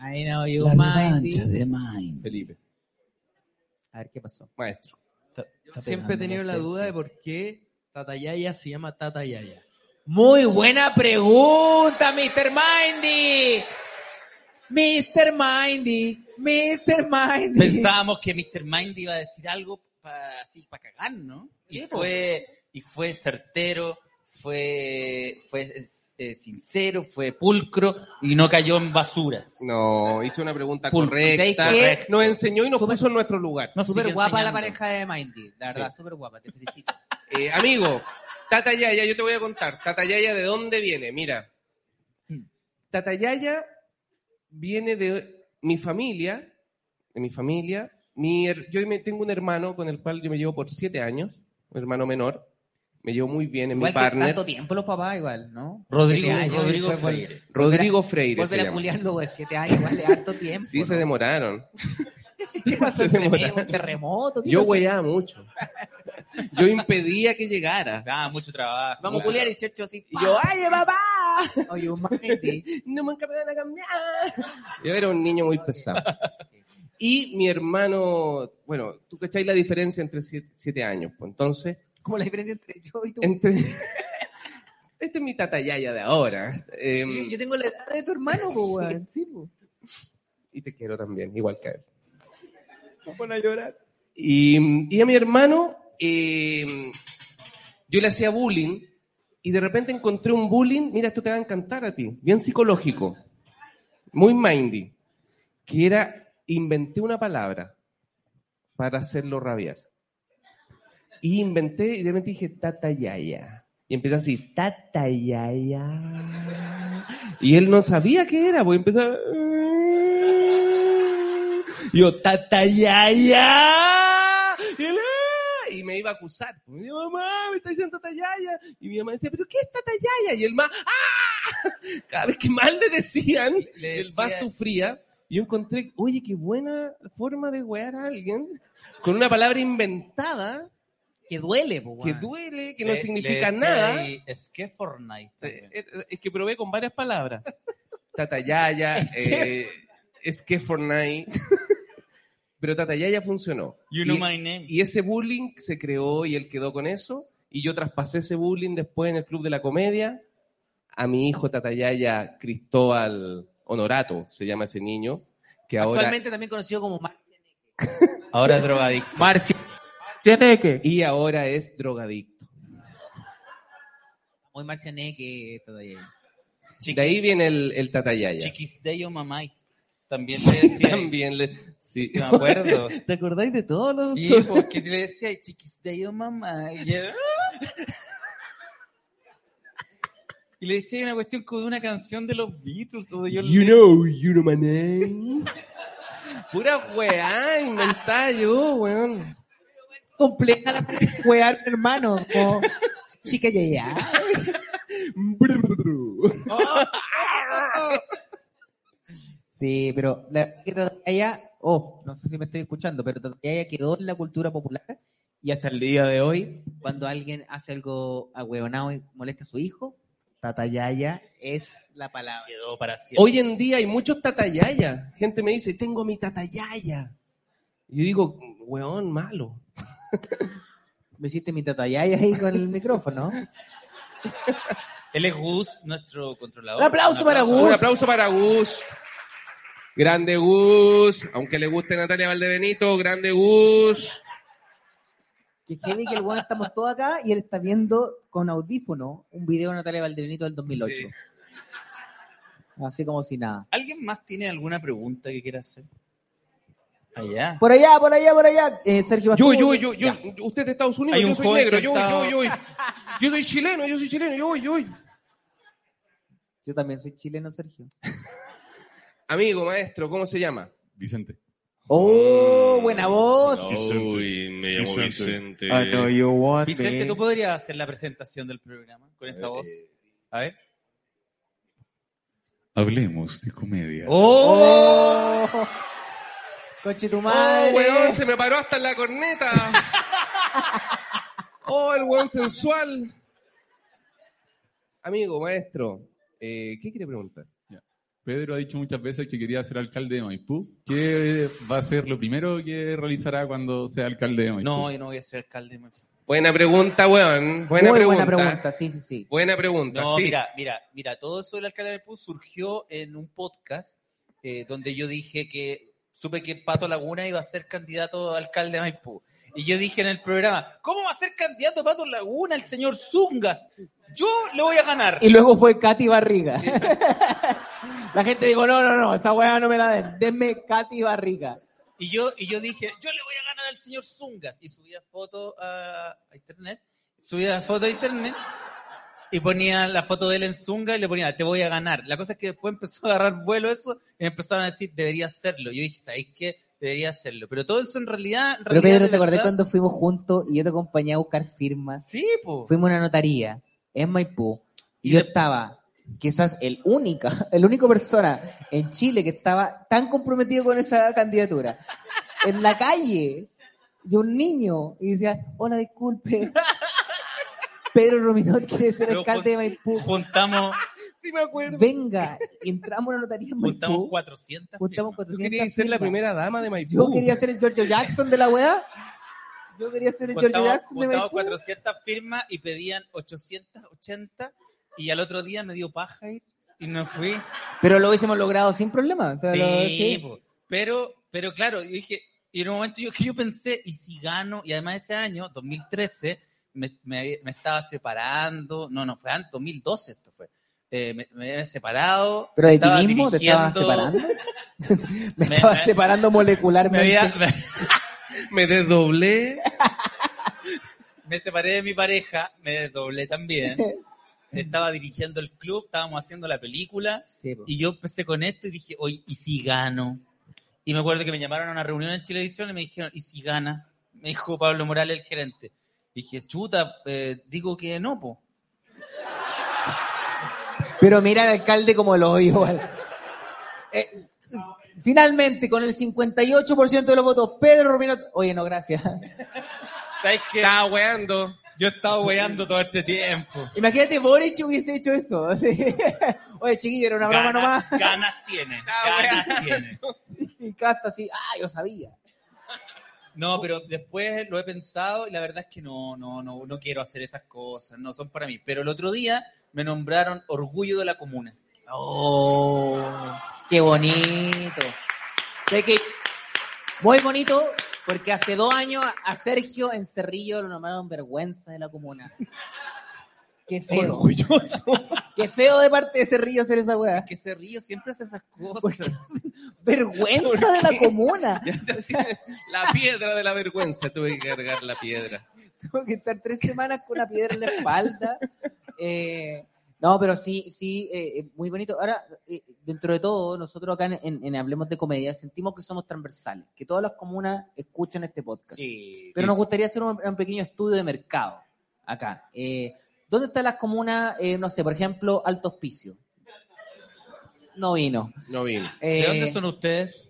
S2: I know you, Mindy.
S4: de Mindy.
S3: Felipe,
S2: A ver qué pasó.
S3: maestro.
S5: Siempre he tenido la duda de por qué Tata Yaya se llama Tata Yaya.
S2: Muy buena pregunta, Mr. Mindy. Mr. Mindy. Mr. Mindy.
S4: Pensábamos que Mr. Mindy iba a decir algo para así para cagar, ¿no? Y
S2: Sí, po.
S4: fue y fue certero, fue fue eh, sincero, fue pulcro y no cayó en basura.
S3: No, hizo una pregunta
S4: Pul-
S3: correcta.
S2: ¿Sabes qué?
S3: Correcto. Nos enseñó y nos
S2: Súper-
S3: puso en nuestro lugar.
S4: No
S2: Súper
S4: sigue
S2: guapa la
S4: enseñando.
S2: pareja de Mindy. La verdad,
S3: Sí.
S2: súper guapa. Te felicito.
S3: Eh, amigo, Tata Yaya, yo te voy a contar. Tata Yaya, ¿de dónde viene? Mira.
S2: Hmm.
S3: Tata Yaya viene de mi familia, de mi familia. Mi her- yo me- tengo un hermano con el cual yo me llevo por siete años, un hermano menor. Me llevo muy bien, es mi
S2: Igual que
S3: partner.
S2: tanto tiempo los papás, igual, ¿no?
S4: Rodrigo,
S2: Siete años,
S4: Rodrigo
S2: después vol-
S4: Freire.
S3: Rodrigo Freire se
S2: Volver a
S3: llama.
S2: culiar luego de siete años, igual es harto tiempo.
S3: Sí, se
S2: ¿no?
S3: demoraron.
S2: *laughs* ¿Qué
S3: *laughs*
S2: pasó?
S3: se demoraron.
S2: ¿Un terremoto? ¿Qué
S3: Yo
S2: pasó?
S3: hueaba mucho. Yo impedía que llegara.
S4: Ah, mucho trabajo.
S2: Vamos a
S4: mucho
S2: culiar y Checho así.
S3: Y yo, ¡ay, papá!
S2: pa. Oye, un
S3: *laughs*
S2: Mindy.
S3: no nunca me van a cambiar. Yo era un niño muy pesado. Y mi hermano, bueno, tú cacháis la diferencia entre siete, siete años, pues entonces,
S2: Como la diferencia entre yo y tú.
S3: entre... *laughs* este es mi tatayaya de ahora. em,
S2: Yo, yo tengo la edad de tu hermano, po, weón. Sí, pues. po.
S3: y te quiero también, igual que a él. a llorar. Y, y a mi hermano, eh, yo le hacía bullying y de repente encontré un bullying, mira, esto te va a encantar a ti, bien psicológico, muy mindy, que era, inventé una palabra para hacerlo rabiar. Y inventé, y de repente dije, tatayaya. Y empecé así, tatayaya. Y él no sabía qué era, pues porque empezaba... Y yo, tatayaya. Y él, "Ah", y me iba a acusar. Y mi mamá me está diciendo tatayaya. Y mi mamá decía, ¿pero qué es tatayaya? Y él más, ¡ah! Cada vez que más le decían,
S4: le
S3: el más
S4: decía-
S3: sufría. Y yo encontré, oye, qué buena forma de wear a alguien con una palabra inventada
S2: Que duele, po,
S3: que
S2: weón.
S3: duele, que no
S4: Le-
S3: significa
S4: le decía
S3: nada.
S4: ahí, Es que Fortnite.
S3: Eh,
S4: también.
S3: eh, Es que probé con varias palabras. Tatayaya, eh, es que Fortnite. Pero Tatayaya funcionó.
S4: You know
S3: y,
S4: my name.
S3: y ese bullying se creó y él quedó con eso. Y yo traspasé ese bullying después en el Club de la Comedia a mi hijo Tatayaya Cristóbal Honorato, se llama ese niño, que ahora
S2: Actualmente también conocido como Mar.
S4: Ahora es drogadicto.
S5: Marcia. ¿Tiene que?
S3: y ahora es drogadicto.
S2: muy marciané que esta talla ahí.
S3: De ahí viene el, el tatayaya.
S4: Chiquisdeyo Mamay. También le
S3: *laughs*
S4: decía.
S3: También le... Sí.
S4: Sí, me acuerdo.
S3: *laughs* ¿Te acordáis de todos los...
S4: Sí, porque si le decía Chiquisdeyo Mamay. Y, era- Y le decía una cuestión como de una canción de los Beatles. O de John
S3: You know, you know my name. Pura weá, inventada yo, weón.
S8: Compleja
S2: *laughs*
S8: la manera de jugar, hermano.
S3: *laughs*
S8: Como, chica, ya, ya.
S2: Sí, pero la verdad que Tatayaya, oh, no sé si me estoy escuchando, pero Tatayaya quedó en la cultura popular y hasta el día de hoy, cuando alguien hace algo ahueonado y molesta a su hijo, Tatayaya es la palabra.
S4: Quedó para siempre.
S3: Hoy en día hay muchos tatayaya. Gente me dice, tengo mi tatayaya. Yo digo, weón, malo.
S2: Me hiciste mi Tatayaya ahí con el micrófono.
S4: Él es Gus, nuestro controlador.
S2: Un aplauso para
S3: Un
S2: Gus.
S3: aplauso para Gus. Grande Gus. Aunque le guste Natalia Valdebenito, grande Gus.
S2: Que heavy que el weón estamos todos acá y él está viendo con audífono un video de Natalia Valdebenito del 2008. Así como si nada.
S4: ¿Alguien más tiene alguna pregunta que quiera hacer? Allá.
S2: Por allá, por allá, por allá. Eh, Sergio
S3: Yo,
S2: Bascuñán.
S3: yo, yo, yo,
S2: Ya.
S3: usted es de Estados Unidos,
S4: Hay
S3: yo
S4: un
S3: soy
S4: joven
S3: negro, yo,
S4: sentado.
S3: yo, yo, yo. Yo soy chileno, yo soy chileno, yo, yo.
S2: Yo también soy chileno, Sergio.
S3: Amigo, maestro, ¿cómo se llama?
S9: Vicente.
S2: ¡Oh, buena voz!
S9: Uy, me llamo Vicente.
S4: Ah, Vicente, ¿tú podrías hacer la presentación del programa con esa voz? A ver.
S9: Hablemos de comedia.
S2: ¡Oh! Coche tu madre.
S3: ¡Oh, weón! Se me paró hasta en la
S2: *laughs*
S3: corneta. ¡Oh, el weón sensual! Amigo, maestro, eh, ¿qué quiere preguntar?
S9: Pedro ha dicho muchas veces que quería ser alcalde de Maipú. ¿Qué va a ser lo primero que realizará cuando sea alcalde de Maipú?
S4: No, yo no voy a ser alcalde. man.
S3: Buena pregunta, weón. Buena
S2: Muy
S3: pregunta.
S2: buena pregunta, sí, sí, sí.
S3: Buena pregunta,
S4: No,
S3: sí.
S4: mira, mira, mira, todo eso del alcalde de Maipú surgió en un podcast eh, donde yo dije que supe que Pato Laguna iba a ser candidato a alcalde de Maipú. Y yo dije en el programa, ¿cómo va a ser candidato Pato Laguna el señor Zungas? Yo le voy a ganar.
S8: Y luego fue Katy Barriga. *laughs* La gente dijo, no, no, no, esa weá no me la den. Denme Katy Barriga.
S4: Y yo, y yo dije, yo le voy a ganar al señor Zungas. Y subía foto a, a internet. Subía foto a internet. Y ponía la foto de él en Zunga y le ponía, te voy a ganar. La cosa es que después empezó a agarrar vuelo eso y me empezaron a decir, debería hacerlo. Yo dije, ¿sabéis qué? Debería hacerlo. Pero todo eso en realidad. En
S2: Pero
S4: realidad,
S2: Pedro,
S4: de
S2: ¿te acordás
S4: verdad-
S2: cuando fuimos juntos y yo te acompañé a buscar firmas?
S4: Sí, pues.
S2: Fuimos a una notaría en Maipú y
S4: Y
S2: yo
S4: de-
S2: estaba, quizás el única, *laughs* el único persona en Chile que estaba tan comprometido con esa candidatura. En la calle, y un niño, y decía, hola,
S4: *laughs*
S2: disculpe. Pedro Rominot quiere ser
S4: Pero
S2: alcalde de Maipú.
S4: Juntamos,
S8: Sí me acuerdo.
S2: Venga, y entramos a una notaría en
S4: juntamos
S2: Maipú.
S4: 400.
S2: Juntamos
S4: firmas.
S3: ¿Tú
S2: 400
S3: querías ser la
S2: firmas.
S3: primera dama de Maipú?
S2: Yo quería ser el Giorgio Jackson de la weá. Yo quería ser el Giorgio
S4: Juntamos,
S2: Jackson de
S4: juntamos
S2: Maipú.
S4: 400 firmas y pedían 880. Y al otro día me dio paja ir y no fui.
S2: Pero lo hubiésemos logrado sin problema. o sea,
S4: Sí,
S2: lo- sí.
S4: po. pero, pero claro, yo dije, y en un momento yo, *laughs* que yo pensé, y si gano, y además ese año, 2013, me, me- me estaba separando, no, no, fue antes, 2012 esto fue, Eh, me, me había separado.
S2: Pero de ti
S4: estaba
S2: mismo te estabas
S4: dirigiendo,
S2: separando.
S4: *laughs*
S2: me
S4: Me-
S2: estabas
S4: me-
S2: separando
S4: Me,
S2: molecularmente. *laughs*
S4: había- me-
S3: Me desdoblé.
S4: me separé de mi pareja, me
S2: *laughs*
S4: desdoblé también. Estaba dirigiendo el club, estábamos haciendo la película.
S2: Sí, po.
S4: Y yo empecé con esto y dije, oye, ¿y si gano? Y me acuerdo que me llamaron a una reunión en Televisión y me dijeron, ¿y si ganas? Me dijo Pablo Morales, el gerente. Dije, chuta, eh, digo que no, po.
S2: Pero mira al alcalde como lo odio. igual. Eh, finalmente, con el 58% de los votos, Pedro Rubino. Oye, no, gracias. *laughs*
S4: ¿Sabes qué?
S3: Estaba weando.
S4: Yo he estado weando todo este tiempo.
S2: Imagínate, Boric hubiese hecho eso. *laughs* así. Oye, chiquillo, era una broma nomás.
S4: ganas, ganas tiene,
S3: Ah,
S4: ganas tiene.
S2: Y Casta así, ah, yo sabía.
S4: No, pero después lo he pensado y la verdad es que no, no, no, no quiero hacer esas cosas, no son para mí. Pero el otro día me nombraron Orgullo de la Comuna.
S2: Oh, qué bonito.
S8: Sé que
S2: Muy bonito, porque hace dos años a Sergio en Cerrillo lo nombraron vergüenza de la comuna. Qué feo.
S10: Orgulloso.
S2: Qué feo de parte de Cerrillo hacer esa weá.
S11: Que Cerrillo siempre hace esas
S2: ¿Por
S11: cosas.
S2: qué? Vergüenza de la comuna.
S3: La piedra de la vergüenza, tuve que cargar la piedra.
S2: *laughs* Tuvo que estar tres semanas con una piedra en la espalda. Eh, no, pero sí, sí, eh, eh, muy bonito. Ahora, eh, dentro de todo, nosotros acá en, en- en Hablemos de Comedia sentimos que somos transversales, que todas las comunas escuchan este podcast.
S11: Sí.
S2: Pero nos gustaría hacer un, un pequeño estudio de mercado acá. Eh, ¿Dónde están las comunas, eh, no sé, por ejemplo, Alto Hospicio? No vino.
S3: No vino.
S2: Eh,
S4: ¿De dónde son ustedes?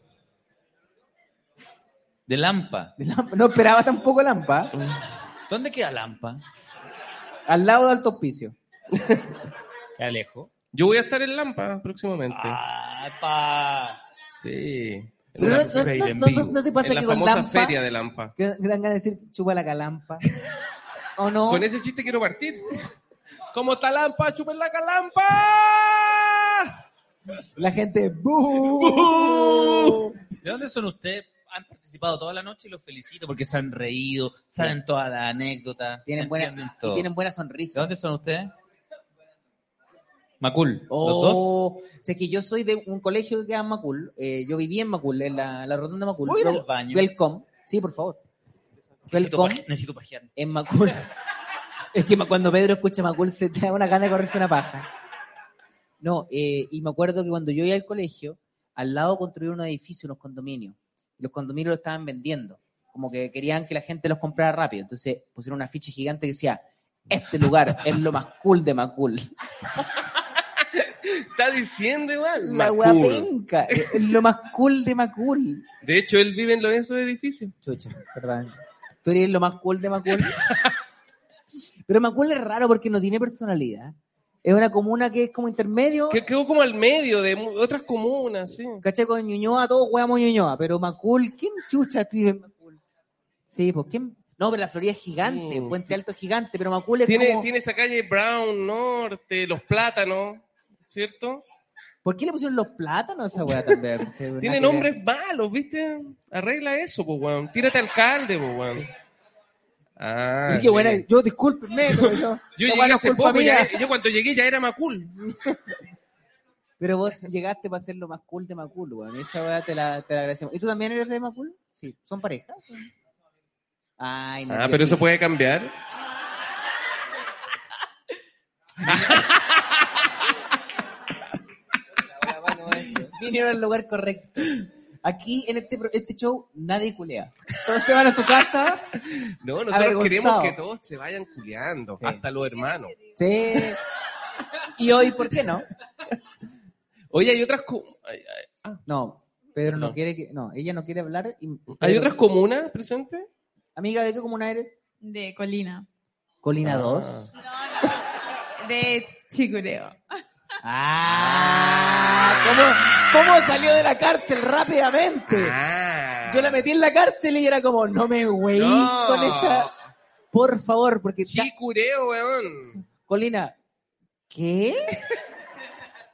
S4: De Lampa.
S2: de Lampa. *laughs* No esperaba tampoco Lampa.
S4: ¿Dónde queda Lampa?
S2: Al lado de Alto Hospicio.
S4: Qué alejo.
S3: Yo voy a estar en Lampa próximamente.
S4: Ah, pa.
S3: Sí. En
S2: Pero
S3: una
S2: no- no-
S3: feria en
S2: no- no-
S3: vivo.
S2: no te pasa
S3: En
S2: que
S3: la
S2: con
S3: famosa
S2: Lampa-
S3: feria de Lampa.
S2: Que que dan ganas de decir, chupa la calampa. ¿O no?
S3: Con ese chiste quiero partir. ¿Cómo está Lampa? ¡Chupen la calampa!
S2: La gente, ¡bu!
S4: ¿De dónde son ustedes? Han participado toda la noche y los felicito porque se han reído, saben toda la anécdota.
S2: Tienen
S4: entienden
S2: buena, y
S4: todo.
S2: tienen buena
S4: ¿De
S2: sonrisa.
S4: dónde son ustedes? Macul. ¿Los dos?
S2: Oh, o sea, que yo soy de un colegio que queda en Macul. eh, yo viví en Macul, en la, la rotonda de Macul.
S4: ¿Puedo ir
S2: Yo-
S4: al baño?
S2: Fui al COM. Sí, por favor. Fui al
S4: Necesito,
S2: COM
S4: paje- necesito pajear.
S2: en Macul. *laughs* es que cuando Pedro escucha Macul se te da una gana de correrse una paja. No, eh, y me acuerdo que cuando yo iba al colegio, al lado construyeron un edificio, unos condominios. Y los condominios lo estaban vendiendo. Como que querían que la gente los comprara rápido. Entonces pusieron una ficha gigante que decía, este lugar es lo más cool de Macul.
S3: Está diciendo igual.
S2: La
S3: Macul.
S2: wea penca. eh, Es lo más cool de Macul.
S3: De hecho, él vive en los de esos edificios.
S2: Chucha, perdón. Tú eres lo más cool de Macul. *laughs* Pero Macul es raro porque no tiene personalidad. Es una comuna que es como intermedio.
S3: Que quedó como al medio de mu- otras comunas, sí.
S2: ¿Cachai? Con Ñuñoa, todos hueamos Ñuñoa. Pero Macul, ¿quién chucha escribe en Macul? Sí, pues ¿quién? No, pero la Florida es gigante,
S3: Sí.
S2: Puente Alto es gigante, pero Macul es
S3: Tiene,
S2: como...
S3: tiene esa calle Brown Norte, Los Plátanos, ¿cierto?
S2: ¿Por qué le pusieron los plátanos a esa weá *laughs* también?
S3: Tiene nombres malos, ¿viste? Arregla eso, pues, weón. Tírate alcalde, pues, weón. Ah,
S2: Dije, bueno,
S3: mira.
S2: yo discúlpenme, pero yo...
S3: yo
S2: esta
S3: llegué
S2: weá no es
S3: hace
S2: culpa
S3: poco, ya-
S2: mía.
S3: yo cuando llegué ya era Macul.
S2: Pero vos llegaste para ser lo más cool de Macul, weón. Esa weá te la, te la agradecemos. ¿Y tú también eres de Macul? Sí. ¿Son pareja? Ay, no.
S3: Ah,
S2: yo
S3: pero
S2: sí.
S3: eso puede cambiar.
S2: La weá no es, weón. Vinieron al lugar correcto. Aquí, en este, pro- este show, nadie culea. Todos se van a su casa.
S3: No, nosotros
S2: Avergonzado.
S3: queremos que todos se vayan culeando,
S2: Sí.
S3: hasta los hermanos.
S2: Sí. Y hoy, ¿por qué no?
S3: Oye, hay otras co- hay, hay-
S2: No, Pedro no,
S3: No.
S2: quiere que... No, ella no quiere hablar. y-
S3: hay
S2: Pedro-
S3: otras comunas presentes.
S2: Amiga, ¿de qué comuna eres?
S7: De Colina.
S3: Ah.
S2: Colina 2.
S7: No, no. De Chicureo.
S2: Ah, ¿cómo, ¿Cómo salió de la cárcel rápidamente?
S3: Ah.
S2: Yo la metí en la cárcel y era como, no me güey
S3: No.
S2: con esa. Por favor, porque. está-
S3: Chicureo, weón.
S2: Colina, ¿qué?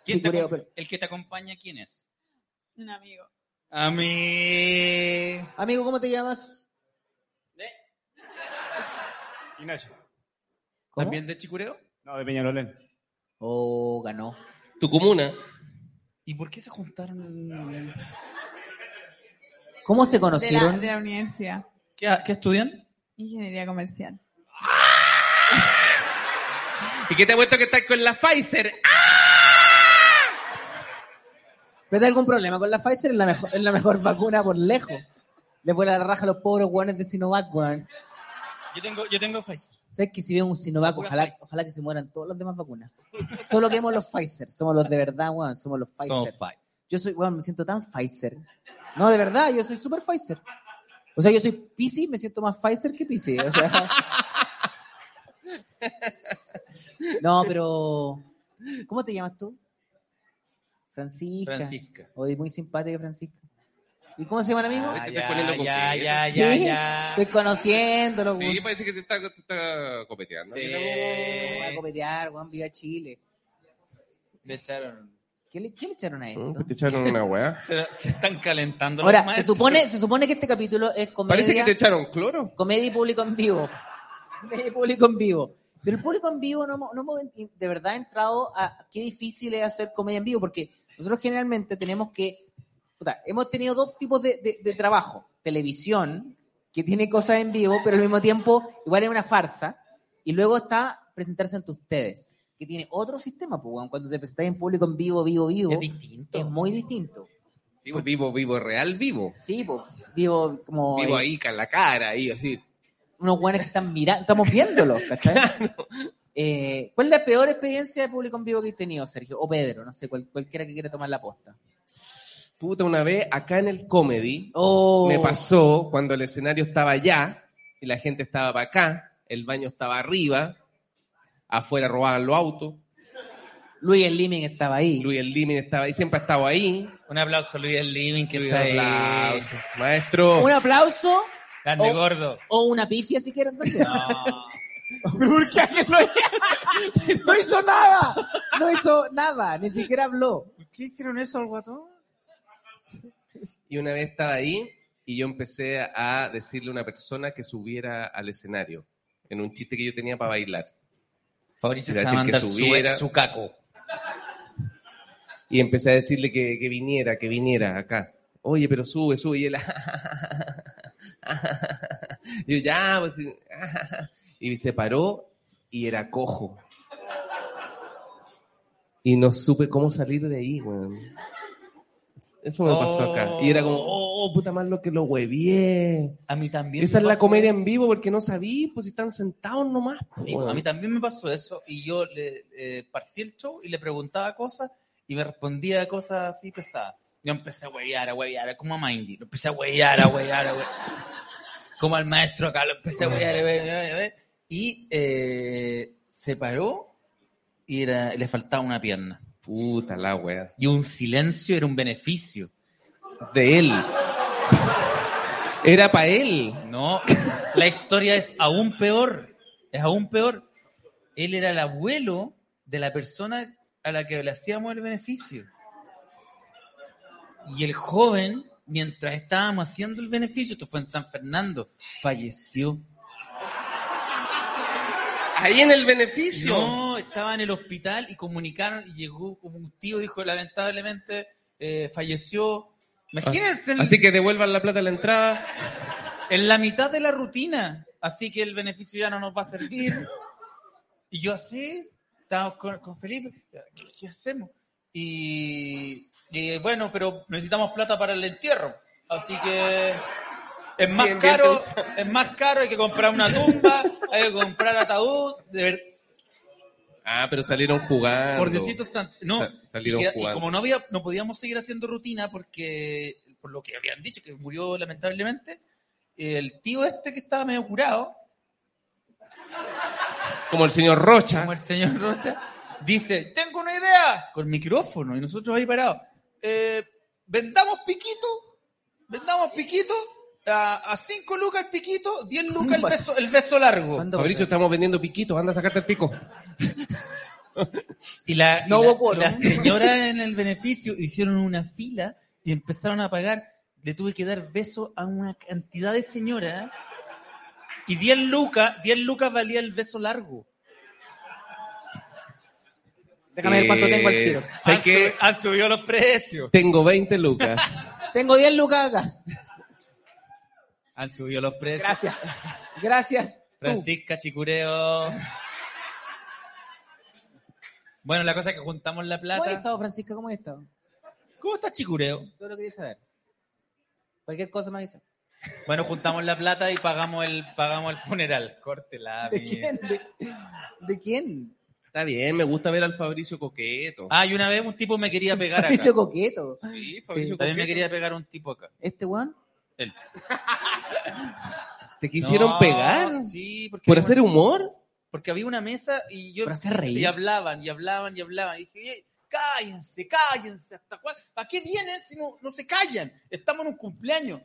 S4: ¿Quién te
S2: Chicureo,
S4: acom-
S2: pero-
S4: ¿El que te acompaña quién es?
S7: Un amigo.
S4: A mí.
S2: Amigo, ¿cómo te llamas?
S10: Ignacio.
S2: ¿Cómo?
S4: ¿También de Chicureo?
S10: No, de Peñalolén.
S2: Oh, ganó.
S3: Tu comuna.
S4: ¿Y por qué se juntaron?
S2: ¿Cómo se
S7: De la,
S2: conocieron?
S7: de la universidad.
S4: ¿Qué, qué estudian?
S7: Ingeniería comercial.
S3: ¿Y qué te ha puesto que estás con la Pfizer? ¡Ah!
S2: ¡Ah! ¿Pero hay algún problema con la Pfizer? Es la mejor, es la mejor vacuna por lejos. Le vuela la raja a los pobres guanes de Sinovac, weón.
S4: Yo tengo, yo tengo Pfizer.
S2: ¿Sabes que si veo un Sinovac,
S4: Pura
S2: ojalá,
S4: Pfizer.
S2: ojalá que se mueran todas las demás vacunas? Solo queremos los Pfizer. Somos los de verdad, weón. Somos los Pfizer.
S4: Somos Pfizer.
S2: Yo soy, bueno, me siento tan Pfizer. No, de verdad, yo soy super Pfizer. O sea, yo soy Pisi, me siento más Pfizer que Pisi. o
S4: *laughs*
S2: sea. No, pero. ¿Cómo te llamas tú? Francisca.
S4: Francisca.
S2: Hoy muy simpática, Francisca. ¿Y cómo se llama el amigo?
S3: Ah, te estás poniendo con
S4: ya,
S3: qué?
S4: ya, ya,
S2: Sí,
S4: ya.
S2: Estoy conociéndolo,
S3: Sí, pues.
S2: weón.
S3: parece que se está, se está copeteando.
S4: Sí.
S2: Voy a copetear, weón, viva Chile.
S4: Me echaron.
S2: ¿Qué le, qué le echaron a esto?
S3: Te echaron una weá.
S4: Se, se están calentando los
S2: Ahora, se
S4: maestros.
S2: supone, se supone que este capítulo es comedia.
S3: Parece que te echaron cloro.
S2: Comedia y público en vivo. Comedia y público en vivo. Pero el público en vivo no, hemos- no hemos en- de verdad entrado a qué difícil es hacer comedia en vivo, porque nosotros generalmente tenemos que. puta, hemos tenido dos tipos de, de- de trabajo: televisión, que tiene cosas en vivo, pero al mismo tiempo igual es una farsa, y luego está presentarse ante ustedes, que tiene otro sistema, pues, weón. cuando te presentáis en público en vivo, vivo, vivo. Es distinto. Es muy distinto.
S3: Vivo, pues, vivo, vivo, real, vivo.
S2: Sí, pues, vivo como.
S3: Vivo
S2: eh,
S3: ahí, con la cara, ahí, así.
S2: unos guanes que están mirando,
S3: *laughs*
S2: estamos viéndolos, ¿cachai? Eh, ¿Cuál es la peor experiencia de público en vivo que has tenido, Sergio? O Pedro, no sé, cual- cualquiera que quiera tomar la posta.
S3: Puta, una vez acá en el comedy
S2: Oh.
S3: me pasó cuando el escenario estaba allá y la gente estaba para acá, el baño estaba arriba, afuera robaban los autos.
S2: Luis el Liming estaba ahí.
S3: Luis el Liming estaba ahí, siempre ha estado ahí.
S4: Un aplauso, Luis el Living, que
S3: Luis,
S4: está ahí.
S3: aplauso. Maestro.
S2: ¿Un aplauso
S4: Grande
S2: Oh.
S4: gordo.
S2: o una pifia
S3: *laughs*
S2: si quieren también?
S3: Ah.
S8: ¿Por qué Ángel no
S2: *laughs* No hizo nada, no hizo nada, ni siquiera habló.
S8: ¿Por qué hicieron eso al guatón?
S3: Y una vez estaba ahí y yo empecé a decirle a una persona que subiera al escenario en un chiste que yo tenía para bailar.
S4: Fabricio
S3: Iba a
S4: se va a
S3: decir que
S4: mandar su,
S3: subiera.
S4: su caco.
S3: Y empecé a decirle que, que viniera, que viniera acá. Oye, pero sube, sube. Y él... *laughs* y yo, ya, pues... sí". y se paró y era cojo. Y no supe cómo salir de ahí, weón. Eso me pasó acá. Y era como, oh, puta más lo que lo huevié.
S4: A mí también.
S3: Esa
S4: me
S3: es la
S4: pasó
S3: comedia
S4: eso.
S3: en vivo porque no sabí, pues si están sentados nomás. pues,
S4: Sí,
S3: weón.
S4: a mí también me pasó eso y yo le eh, partí el show y le preguntaba cosas y me respondía cosas así pesadas. Yo empecé a huevear, a huevear, como a Mindy. Lo empecé a huevear, a huevear, a huevear. Como al maestro acá, lo empecé a huevear, a huevear, a huevear. Y eh, se paró y era- le faltaba una pierna.
S3: Puta la wea.
S4: Y un silencio era un beneficio.
S3: De él. Era para él.
S4: No, la historia es aún peor. Es aún peor. Él era el abuelo de la persona a la que le hacíamos el beneficio. Y el joven, mientras estábamos haciendo el beneficio, esto fue en San Fernando, falleció.
S3: Ahí en el beneficio.
S4: No, estaba en el hospital y comunicaron y llegó como un tío, dijo lamentablemente, eh, falleció. Imagínense el-
S3: Así que devuelvan la plata a la entrada.
S4: en la mitad de la rutina, así que el beneficio ya no nos va a servir. Y yo así, estábamos con, con Felipe, ¿qué, qué hacemos? Y, y bueno, pero necesitamos plata para el entierro, así que es más
S3: Bien, bien
S4: caro, es más caro, hay que comprar una tumba, hay que comprar ataúd, de ver-
S3: Ah, pero salieron jugando.
S4: por Diosito santo. No,
S3: Sa- salieron
S4: y, que- y
S3: jugando.
S4: como no, había, no podíamos seguir haciendo rutina porque, por lo que habían dicho, que murió lamentablemente, el tío este que estaba medio curado,
S3: Como el señor Rocha.
S4: como el señor Rocha, dice, tengo una idea, con micrófono, y nosotros ahí parados, "Eh, vendamos piquito, vendamos piquito, a, a cinco lucas el piquito, 10 lucas el beso, el beso largo.
S2: ¿Cuándo
S3: Fabricio,
S2: pasó?
S3: estamos vendiendo piquitos. Anda a sacarte el pico.
S4: Y la, y
S2: No
S4: la-
S2: hubo quórum.
S4: la señora en el beneficio hicieron una fila y empezaron a pagar. Le tuve que dar besos a una cantidad de señoras. Y 10 lucas, 10 lucas valía el beso largo.
S2: Déjame ver cuánto
S3: Eh,
S2: tengo al tiro.
S3: ¿sabes
S4: Han,
S3: qué?
S4: subi- han subido los precios.
S3: Tengo 20 lucas.
S2: Tengo 10 lucas acá.
S4: Han subido los precios.
S2: Gracias. Gracias. Tú.
S4: Francisca Chicureo. Bueno, la cosa es que juntamos la
S2: ¿Cómo has
S4: plata.
S2: estado, Francisca? ¿Cómo has estado?
S4: ¿Cómo está Chicureo?
S2: Solo quería saber. Cualquier cosa me avisa.
S4: Bueno, juntamos la plata y pagamos el, pagamos el funeral. Córtela,
S2: ¿De
S4: mía.
S2: quién? ¿De, de quién?
S3: Está bien, me gusta ver al Fabricio coqueto.
S4: Ah, y una vez un tipo
S3: *laughs*
S4: me quería pegar acá.
S2: Patricio Coqueto.
S3: sí,
S2: Fabricio
S4: También me quería pegar un tipo acá.
S2: ¿Este weón?
S3: ¿Te quisieron
S4: No,
S3: pegar?
S4: Sí, porque,
S3: ¿Por
S4: había
S3: hacer
S4: una-
S3: humor?
S4: Porque había una mesa y yo.
S2: Por hacer reír.
S4: Y hablaban, y hablaban, y hablaban. Y dije, "Ey, cállense, cállense. ¿Hasta cuándo? ¿Para qué vienen si no, no se callan? Estamos en un cumpleaños.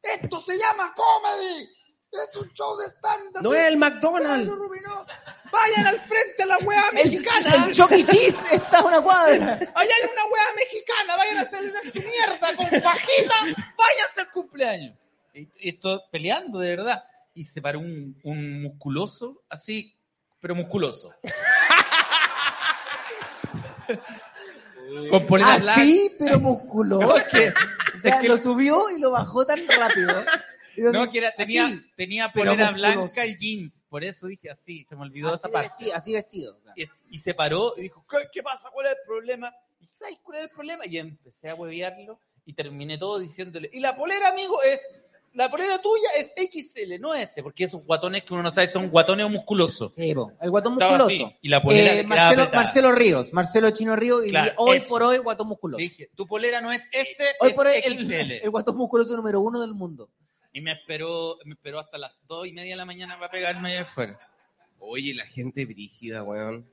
S4: ¡Esto se llama comedy! ¡Es un show de stand-up!
S3: No es el
S4: Pablo
S3: McDonald's.
S4: Rubino! ¡Vayan al frente a la wea
S2: *laughs* El,
S4: mexicana!
S2: el Chuck E. Cheese está a una cuadra.
S4: ¡Allá hay una wea mexicana! ¡Vayan a hacer su mierda con fajita! ¡Váyanse al cumpleaños! Y, y esto peleando, de verdad. Y se paró un, un musculoso, así, pero musculoso.
S3: Con polera blanca.
S2: Así, pero musculoso.
S4: *laughs* Es que-
S2: O sea,
S4: es que-
S2: lo subió y lo bajó tan rápido. Y yo
S4: No,
S2: dije,
S4: que era- tenía,
S2: así.
S4: tenía
S2: pero
S4: polera
S2: musculoso.
S4: blanca y jeans. Por eso dije así, se me olvidó
S2: Así
S4: esa
S2: de
S4: parte.
S2: vestido, así vestido.
S4: Y, y se paró y dijo, ¿qué, qué pasa? ¿Cuál es el problema? Y dije, ¿sabes cuál es el problema? Y empecé a huevearlo y terminé todo diciéndole, y la polera, amigo, es, la polera tuya es XL, no S, porque esos guatones que uno no sabe son guatones o musculosos.
S2: Sí, el guatón
S4: Estaba
S2: musculoso.
S4: así, y la polera
S2: Eh,
S4: le quedaba
S2: Marcelo,
S4: apretada.
S2: Marcelo Ríos, Marcelo Chino Ríos, y
S4: Claro,
S2: hoy
S4: eso.
S2: por hoy guatón musculoso.
S4: Dije, tu polera no es S,
S2: hoy
S4: es
S2: por hoy el,
S4: XL.
S2: *laughs* el guatón musculoso número uno del mundo.
S4: Y me esperó, me esperó hasta las dos y media de la mañana para pegarme allá afuera.
S3: Oye, la gente brígida, weón.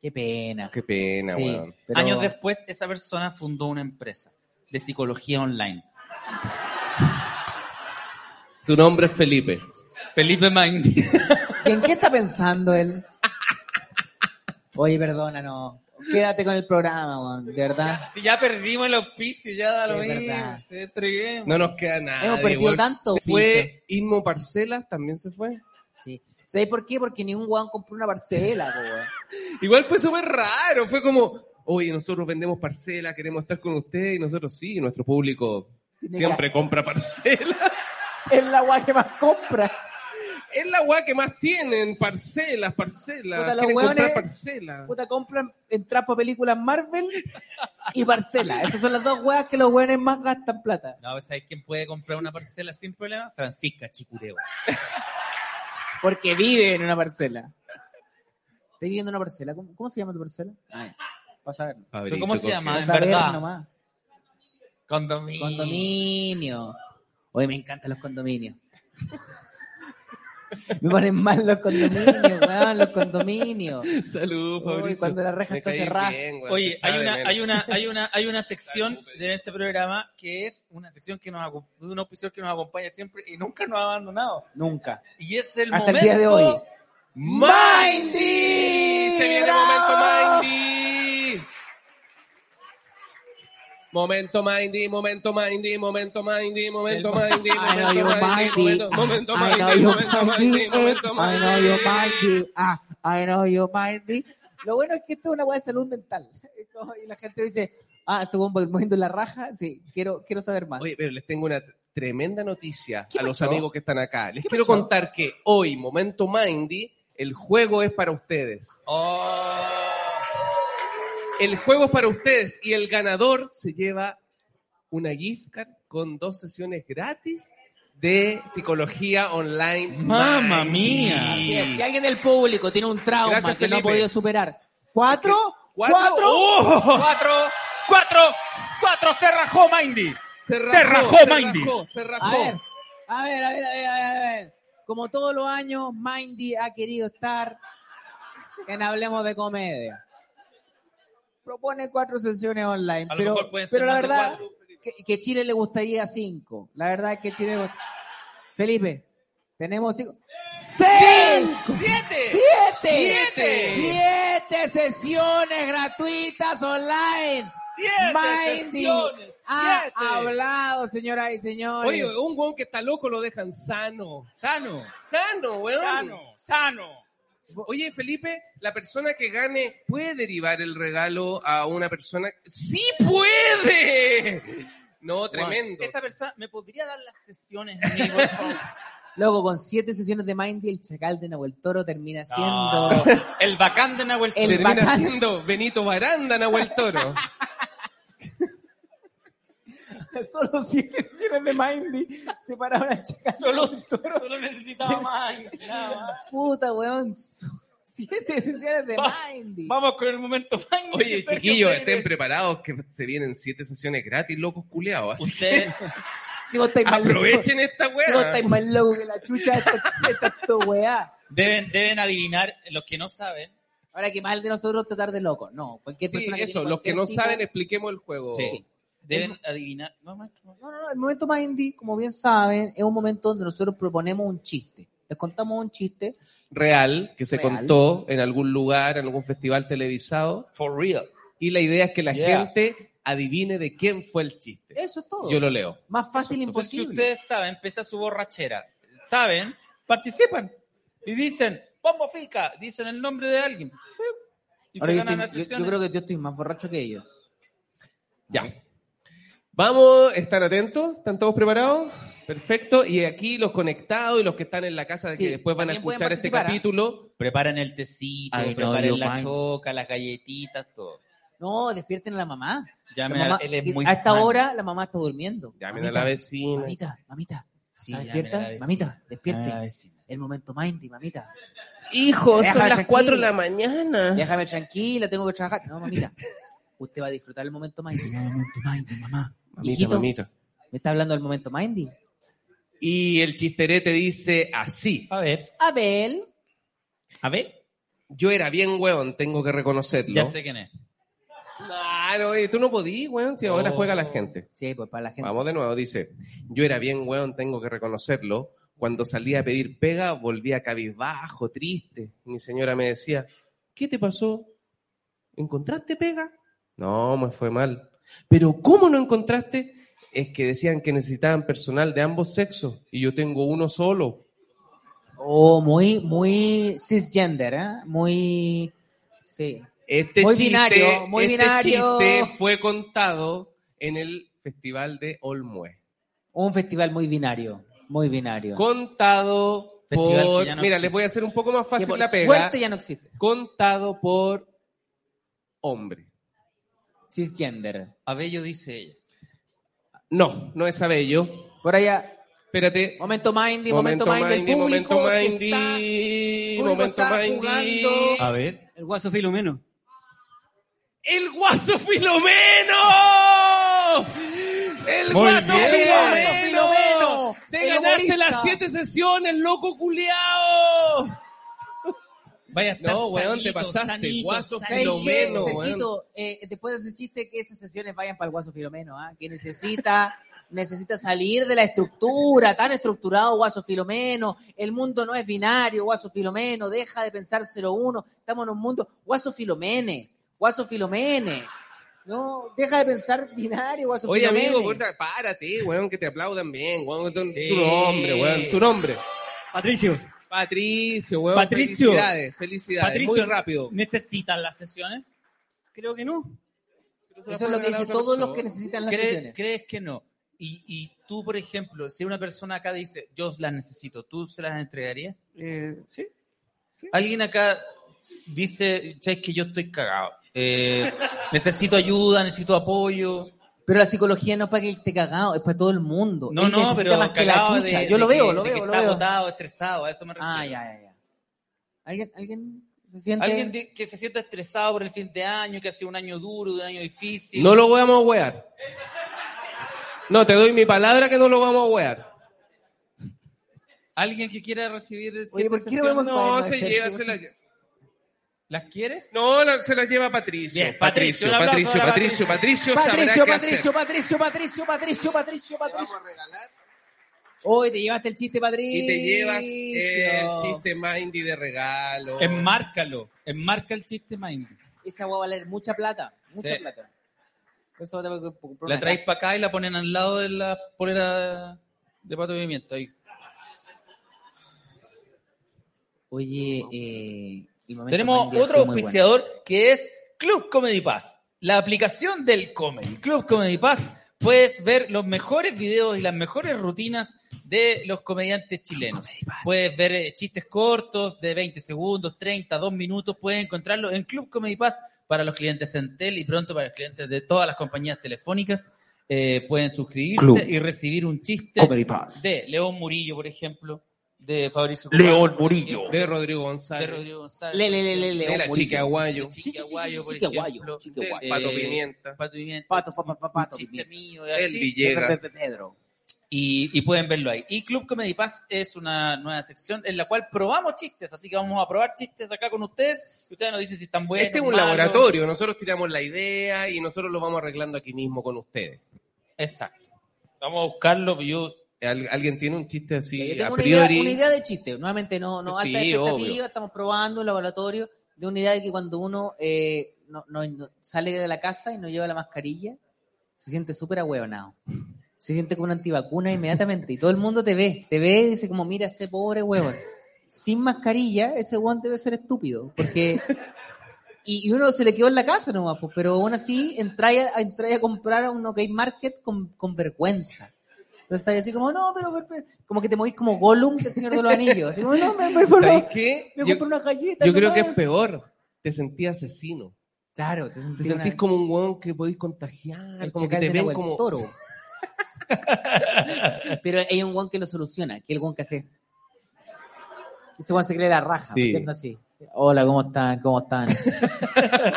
S2: Qué pena.
S3: Qué pena,
S4: Sí,
S3: weón.
S2: pero-
S4: Años después, esa persona fundó una empresa de psicología online.
S3: Su nombre es Felipe.
S4: Felipe Mind.
S2: ¿Y en qué está pensando él? Oye, perdona, no. Quédate con el programa, weón, de verdad.
S4: Si ya perdimos el auspicio, ya da lo
S2: Es
S4: mismo.
S2: verdad.
S4: Se entreguemos.
S3: No nos queda nada.
S2: Hemos perdido tanto,
S3: Se fue Inmo Parcelas, también se fue.
S2: Sí. ¿Sabéis por qué? Porque ningún weón compró una parcela, po, weón.
S3: Igual fue súper raro, fue como, oye, nosotros vendemos parcelas, queremos estar con ustedes, y nosotros sí, nuestro público
S2: Tiene
S3: siempre compra parcelas.
S2: Es la weá que más compra.
S3: *laughs* Es la weá que más tienen, parcelas, parcelas,
S2: Puta, los
S3: quieren comprar
S2: hueones-
S3: parcelas.
S2: Puta, compran entradas para películas Marvel y parcela. Esas son las dos weas que los weones más gastan plata.
S4: No, ¿sabes quién puede comprar una parcela sin problema? Francisca Chicureo.
S2: Porque vive en una parcela. Estoy viviendo en una parcela. ¿Cómo, cómo se llama tu parcela? Vas a ver.
S4: ¿Pero ¿Cómo se llama?
S2: Vas
S4: En
S2: a ver
S4: verdad.
S2: nomás.
S4: Condominio.
S2: Condominio. Hoy me encantan los condominios. *laughs* Me ponen mal los condominios, weón, los condominios.
S3: *laughs* Salud,
S2: Uy,
S3: Fabricio.
S2: cuando la reja
S3: Me
S2: está
S3: caí
S2: cerrada.
S3: bien, weón,
S4: Oye,
S3: te echaba
S4: hay
S3: de
S4: una,
S3: menos.
S4: hay una, hay una, hay una sección de este programa que es una sección que nos acom- de un auspiciador que nos acompaña siempre y nunca nos ha abandonado.
S2: Nunca.
S4: Y es el
S2: Hasta
S4: momento.
S2: el día de hoy.
S3: ¡Mindy! Se viene
S2: ¡Bravo!
S3: momento Mindy. Momento Mindy, momento Mindy, momento Mindy, momento Mindy, momento Mindy, momento- momento Mindy, momento Mindy, momento Mindy.
S2: I know you mindy. Lo bueno es que esto es una weá de salud mental. *laughs* Es como- Y la gente dice, ah, según voy moviendo la raja, sí, quiero, quiero saber más.
S3: Oye, pero les tengo una tremenda noticia
S2: ¿Qué
S3: a los
S2: pasó?
S3: amigos que están acá. Les
S2: ¿Qué
S3: quiero
S2: pasó?
S3: contar que hoy, momento Mindy, el juego es para ustedes. El juego es para ustedes y el ganador se lleva una gift card con dos sesiones gratis de psicología online.
S4: ¡Mamma
S3: Mindy.
S4: mía!
S2: Así es, si alguien del público tiene un trauma
S3: Gracias,
S2: que no ha
S3: Felipe.
S2: podido superar, ¿cuatro?
S3: ¿Cuatro? ¡Oh!
S4: Cuatro, cuatro, cuatro, se rajó Mindy.
S3: Se
S4: Se
S3: rajó,
S4: rajó,
S3: se
S4: Mindy.
S3: rajó, se rajó.
S2: A ver, a ver, a ver, a ver, a ver, a ver. Como todos los años, Mindy ha querido estar en Hablemos de Comedia. Propone cuatro sesiones online,
S4: A lo
S2: pero,
S4: mejor pueden ser
S2: pero la
S4: más de
S2: verdad
S4: cuatro.
S2: que, que Chile le gustaría cinco. La verdad es que Chile... le gust- Felipe, tenemos cinco... ¡Cinco!
S4: ¡Siete!
S2: ¡Siete!
S4: ¡Siete!
S2: ¡Siete sesiones gratuitas online!
S4: ¡Siete
S2: Mindy
S4: sesiones!
S2: ha
S4: ¡Siete!
S2: hablado, señoras y señores.
S3: Oye, un weón que está loco lo dejan sano.
S4: Sano,
S3: Sano, weón.
S4: sano, sano.
S3: Oye, Felipe, la persona que gane puede derivar el regalo a una persona. ¡Sí puede! No, tremendo.
S4: Esa persona, ¿me podría dar las sesiones, amigo, por favor?
S2: Luego, con siete sesiones de Mindy, el chacal de Nahuel Toro termina siendo.
S4: No, *laughs*
S3: *laughs*
S4: el bacán de Nahuel
S2: El
S4: Toro.
S3: Termina
S2: bacán.
S3: siendo Benito Baranda, Nahuel
S2: *laughs*
S3: Toro.
S2: Solo siete sesiones de Mindy separaron al chacal.
S4: Solo, solo necesitaba más. nada más.
S2: Puta, weón. Siete sesiones de Mindy.
S4: Vamos con el momento Mindy.
S3: Oye,
S4: Sergio
S3: chiquillos,
S4: Freire.
S3: estén preparados que se vienen siete sesiones gratis, locos culeados. Así
S4: Usted,
S2: Si vos estáis más locos-
S3: aprovechen esta
S2: Si vos
S3: weá.
S2: estáis más loco que la chucha, esta, esta tu weá.
S4: deben, deben adivinar, los que no saben,
S2: Ahora que mal de nosotros tratar de loco. No, cualquier
S3: Sí,
S2: persona. que
S3: eso,
S2: tiene
S3: los que
S2: cualquier
S3: no
S2: tipo-
S3: saben, expliquemos el juego.
S4: Sí. deben adivinar. No, maestro.
S2: No, no, no, el momento más indie, como bien saben, es un momento donde nosotros proponemos un chiste. Les contamos un chiste
S3: Real, que se
S2: Real.
S3: contó en algún lugar, en algún festival televisado.
S4: For real.
S3: Y la idea es que la
S4: Yeah. Oh.
S3: gente adivine de quién fue el chiste.
S2: Eso es todo.
S3: Yo lo leo.
S2: Más fácil
S4: Entonces, si
S2: imposible.
S4: ustedes saben, pese a su borrachera, saben, participan y dicen, Bombo Fica, dicen el nombre de alguien. Y se
S2: Ahora yo,
S4: ganan las
S2: estoy- yo- yo
S4: sesiones.
S2: creo que yo estoy más borracho que ellos.
S3: Ya. Vamos, ¿están atentos? ¿Están todos preparados? Perfecto. Y aquí los conectados y los que están en la casa de
S4: Sí,
S3: que después van a
S4: también pueden
S3: escuchar este
S4: participar, ¿ah?
S3: capítulo.
S4: Preparan el tecito,
S3: Ay, no,
S4: preparan
S3: Dios
S4: la
S3: mío.
S4: choca, las galletitas, todo.
S2: No, despierten a la mamá.
S4: Llamen
S2: La
S4: a-
S2: mamá-
S4: él es muy
S2: a esta
S4: fan.
S2: hora la mamá está durmiendo.
S3: Llamen a la vecina.
S2: Mamita, mamita.
S4: Sí,
S2: ¿Está
S4: llamen a
S2: despierta?
S4: la vecina.
S2: Mamita,
S4: Llamen a la
S2: despierte.
S4: vecina.
S2: El momento Mindy, mamita.
S3: Hijo,
S2: Déjame
S3: son las
S2: tranquila.
S3: 4 de la mañana.
S2: Déjame tranquila, tengo que trabajar. No, mamita. Usted va a disfrutar el momento Mindy. No, momento Mindy, mamá.
S3: Mamita,
S2: Hijito,
S3: mamita.
S2: ¿Me está hablando del momento Mindy?
S3: Y el chisterete dice así.
S4: A ver,
S2: Abel.
S4: a ver.
S3: Yo era bien weón, tengo que reconocerlo.
S4: Ya sé quién es.
S3: Claro, eh, tú no podí, weón, si ahora
S4: Oh.
S3: juega la gente.
S2: Sí, pues para la gente.
S3: Vamos de nuevo, dice. Yo era bien weón, tengo que reconocerlo. Cuando salía a pedir pega, volvía cabizbajo, triste. Mi señora me decía, ¿qué te pasó? ¿Encontraste pega? No, me fue mal. Pero ¿cómo no encontraste? Es que decían que necesitaban personal de ambos sexos y yo tengo uno solo.
S2: Oh, muy, muy cisgender, ¿eh? Muy. Sí.
S3: Este
S2: Muy
S3: chiste,
S2: binario, muy
S3: este
S2: binario.
S3: chiste fue contado en el Festival de Olmué.
S2: Un festival muy binario. Muy binario.
S3: Contado
S4: Festival que
S3: por...
S4: ya no
S3: mira,
S4: existe.
S3: les voy a hacer un poco más
S2: que
S3: fácil
S2: por
S3: la pega.
S2: suerte ya no existe.
S3: Contado por hombre.
S2: Cisgender.
S4: Abello dice ella.
S3: No, no es Abello.
S2: Por allá.
S3: Espérate.
S2: Momento Mindy, momento, Mindy. el
S3: momento
S2: público que
S3: Mindy,
S2: está- público
S3: momento
S2: está
S3: Mindy.
S2: jugando.
S4: A ver.
S12: El guaso Filomeno.
S3: ¡El guaso Filomeno! ¡El
S12: Muy
S3: guaso
S12: bien.
S3: Filomeno!
S2: Filomeno,
S3: ¡Te
S2: el
S3: ganaste
S2: humorista.
S3: las siete sesiones, loco culiao!
S4: Vaya a estar
S3: No, weón, te
S4: sanito,
S3: pasaste,
S4: sanito,
S3: guaso
S4: sanito.
S2: ¿Sabes qué,
S3: Filomeno, weón.
S2: Sergito? Eh, después de ese chiste, que esas sesiones vayan para el Guaso Filomeno, ¿ah? que necesita, *laughs* necesita salir de la estructura, tan estructurado Guaso Filomeno, el mundo no es binario, Guaso Filomeno, deja de pensárselo uno, estamos en un mundo, Guaso Filomene, Guaso Filomene, no, deja de pensar binario, Guaso
S3: Oye,
S2: Filomene.
S3: amigo, puta, párate, weón, que te aplaudan bien, weón. Tu,
S4: Sí.
S3: tu nombre, weón, tu nombre.
S12: Patricio.
S3: Patricio, weón.
S12: Patricio.
S3: Felicidades, felicidades.
S12: Patricio,
S3: Muy rápido.
S4: ¿Necesitan las sesiones?
S12: Creo que no.
S2: Eso es lo que dicen todos los que necesitan las
S4: ¿Cree-
S2: sesiones.
S4: ¿Crees que no? Y, y tú, por ejemplo, si una persona acá dice, yo las necesito, ¿tú se las entregarías?
S12: Eh, sí.
S4: Alguien acá dice, che, es que yo estoy cagado. Eh, necesito ayuda, necesito apoyo.
S2: Pero la psicología no es para que esté cagado, es para todo el mundo.
S4: No,
S2: Él
S4: no,
S2: necesita
S4: pero
S2: más que la
S4: cagado
S2: chucha.
S4: de-
S2: Yo
S4: de
S2: lo
S4: que-
S2: veo, lo
S4: de que
S2: veo, lo
S4: está
S2: veo.
S4: agotado, estresado, a eso me refiero.
S2: Ah, ya, ya, ya. ¿Alguien, alguien se siente?
S4: Alguien de- que se sienta estresado por el fin de año, que ha sido un año duro, un año difícil.
S3: No lo vamos a wear. No, te doy mi palabra que no lo vamos a wear.
S4: Alguien que quiera recibir.
S2: Oye,
S4: siete
S2: ¿por qué no
S4: sesiones?
S2: vemos
S3: No,
S2: Bueno,
S3: se
S2: Sergio.
S3: lleva, se la lleva.
S4: ¿Las quieres?
S3: No, la- se la lleva Patricio.
S4: Bien,
S3: Patricio,
S4: Patricio, un aplauso
S3: Patricio,
S4: a la
S3: Patricio, Patricio,
S2: Patricio,
S3: sabrá qué
S2: Patricio,
S3: hacer.
S2: Patricio, Patricio, Patricio, Patricio, Patricio. Hoy te llevaste el chiste, Patricio.
S3: Y te llevas
S4: eh,
S3: el chiste Mindy de regalo.
S4: Enmárcalo. Enmarca el chiste, Mindy.
S2: Esa va a valer mucha plata, mucha
S4: Sí.
S2: plata. Eso va a tener que comprar
S4: La
S2: una
S4: traes
S2: casa.
S4: para acá y la ponen al lado de la polera de pato pimiento. Ahí.
S2: Oye, eh, el momento
S4: Tenemos
S2: Mindy ha
S4: otro
S2: sido muy bueno.
S4: auspiciador que es Club Comedy Pass, la aplicación del comedy. Club Comedy Pass, puedes ver los mejores videos y las mejores rutinas de los comediantes chilenos. Puedes ver eh, chistes cortos de 20 segundos, 30, 2 minutos, puedes encontrarlo en Club Comedy Pass para los clientes Entel y pronto para los clientes de todas las compañías telefónicas. Eh, pueden suscribirse
S1: Club
S4: y recibir un chiste
S1: Comedy Pass.
S4: de León Murillo, por ejemplo, de Fabricio
S1: León
S4: Copano,
S1: Murillo.
S3: De Rodrigo
S4: de
S3: González.
S4: Rodrigo González.
S2: Le, le, le, le, le.
S3: de la
S2: Muy
S3: chica
S2: bien.
S3: Aguayo.
S4: Chiquiaguayo, por
S3: Del
S4: ejemplo.
S2: Chiquiaguayo.
S3: Pato
S4: Eh,
S3: Pimienta.
S4: Pato Pimienta.
S2: Pato, pa, pa, pa,
S4: un
S2: pato.
S4: chiste
S2: bien.
S4: mío,
S3: El
S4: así,
S3: Villegas.
S2: Pepe, Pedro.
S4: y, y pueden verlo ahí. Y Club Comedy Pass es una nueva sección en la cual probamos chistes, así que vamos a probar chistes acá con ustedes. y Ustedes nos dicen si están buenos.
S3: Este es un
S4: malos.
S3: laboratorio, nosotros tiramos la idea y nosotros lo vamos arreglando aquí mismo con ustedes.
S4: Exacto. Vamos a buscarlo. Yo,
S3: Al- ¿Alguien tiene un chiste así
S2: Yo
S3: a
S2: tengo una idea,
S3: priori?
S2: una idea de chiste. Nuevamente, no, no
S3: Sí,
S2: alta expectativa,
S3: obvio.
S2: estamos probando en laboratorio de una idea de que cuando uno eh, no, no- no- sale de la casa y no lleva la mascarilla, se siente súper ahueonado. Se siente como una antivacuna inmediatamente y todo el mundo te ve, te ve y dice como, mira ese pobre huevón. sin mascarilla, ese guante debe ser estúpido. Porque. Y, y uno se le quedó en la casa nomás, pues, pero aún así entráis a, entráis a comprar a un OK Market con, con vergüenza. Entonces estáis así como, no, pero, pero, pero", como que te movís como Gollum del Señor de los Anillos. Así como, no, me, me, por
S3: ¿Sabes
S2: favor,
S3: qué?
S2: me
S3: Yo-
S2: compro una galleta.
S3: Yo creo
S2: nomás".
S3: que es peor. Te sentí asesino.
S2: Claro, te sentí
S3: Te sentís
S2: una-
S3: como un hueón que podéis contagiar,
S2: El
S3: como que
S2: chacal
S3: te
S2: de
S3: ven
S2: Nahuel
S3: como...
S2: *laughs* Toro. Pero hay un guan que lo soluciona, que es el guan que hace. Ese guan se cree la raja,
S3: Sí.
S2: ¿me entiendes? Así. Hola, ¿cómo están?
S3: *laughs*
S2: ¿Cómo están?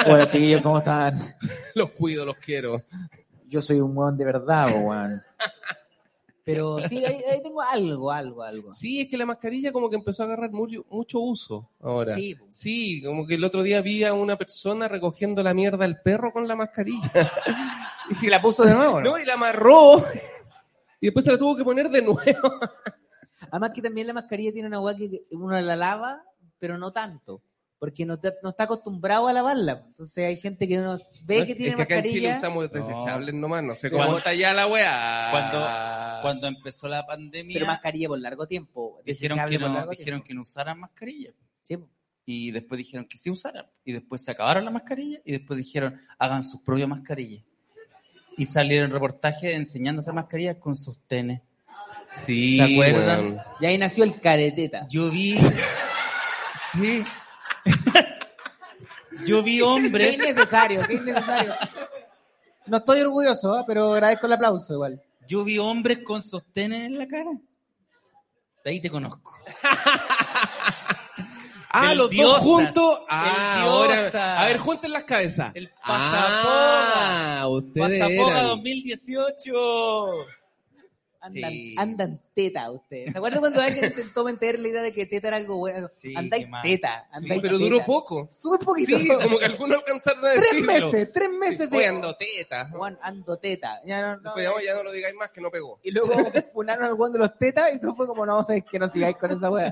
S2: Hola, chiquillos, ¿cómo están?
S3: Los cuido, los quiero.
S2: Yo soy un guan de verdad, po, guan. Pero sí, ahí, ahí tengo algo, algo, algo.
S3: Sí, es que la mascarilla como que empezó a agarrar mucho, mucho uso ahora.
S2: Sí,
S3: Sí.
S2: po.
S3: como que el otro día vi a una persona recogiendo la mierda al perro con la mascarilla.
S2: ¿Y si la puso *laughs* de nuevo?
S3: No, y la amarró. *laughs* Y después se la tuvo que poner de nuevo.
S2: *laughs* Además que también la mascarilla tiene una agua que que uno la lava, pero no tanto. Porque no, te- no está acostumbrado a lavarla. Entonces hay gente que no ve que tiene
S3: es que acá en Chile
S2: mascarilla.
S3: usamos desechables nomás, no sé
S4: Pero
S3: cómo
S4: cuando-
S3: está ya la weá.
S4: Cuando, cuando empezó la pandemia,
S2: Pero mascarilla por largo tiempo.
S4: dijeron,
S2: desechable
S4: que
S2: por
S4: no,
S2: largo
S4: dijeron
S2: tiempo.
S4: que no usaran mascarilla.
S2: Sí, po.
S4: Y después dijeron que sí usaran. Y después se acabaron la mascarilla y después dijeron, hagan sus propias mascarillas. Y salieron reportajes enseñando esas mascarillas con sostenes.
S3: Sí,
S4: ¿Se acuerdan?
S3: weón.
S2: Y ahí nació el careteta.
S4: Yo vi,
S3: Sí.
S4: yo vi
S2: Qué
S4: hombres,
S2: innecesario, qué innecesario. No estoy orgulloso, ¿ah? pero agradezco el aplauso igual.
S4: yo vi hombres con sostenes en la cara. De ahí te conozco.
S3: Ah,
S4: El
S3: los dos
S4: diosas.
S3: juntos.
S4: El
S3: Ah,
S4: diosas.
S3: ahora. A ver, junten las cabezas.
S4: El pasapoga.
S3: Ah, ustedes
S4: Pasapoga
S3: eran.
S4: 2018.
S2: Andan,
S4: Sí.
S2: andan teta ustedes. ¿Se acuerdan cuando alguien intentó meter la idea de que teta era algo bueno?
S4: Sí,
S2: andáis
S4: qué mal.
S2: teta, andáis
S3: Sí, pero
S2: teta.
S3: duró poco.
S2: Súper poquito.
S3: Sí, como que algunos alcanzaron a
S2: *laughs* tres
S3: decirlo.
S2: meses, tres meses de.
S3: Fue ando teta.
S2: Juan, ando teta. Ya no, no,
S3: Después, "Oye, ya no lo digáis más que no pegó.
S2: Y luego
S3: *laughs*
S2: funaron al guan de los tetas y todo fue como, no, sabes que no sigáis con
S3: *laughs*
S2: esa wea.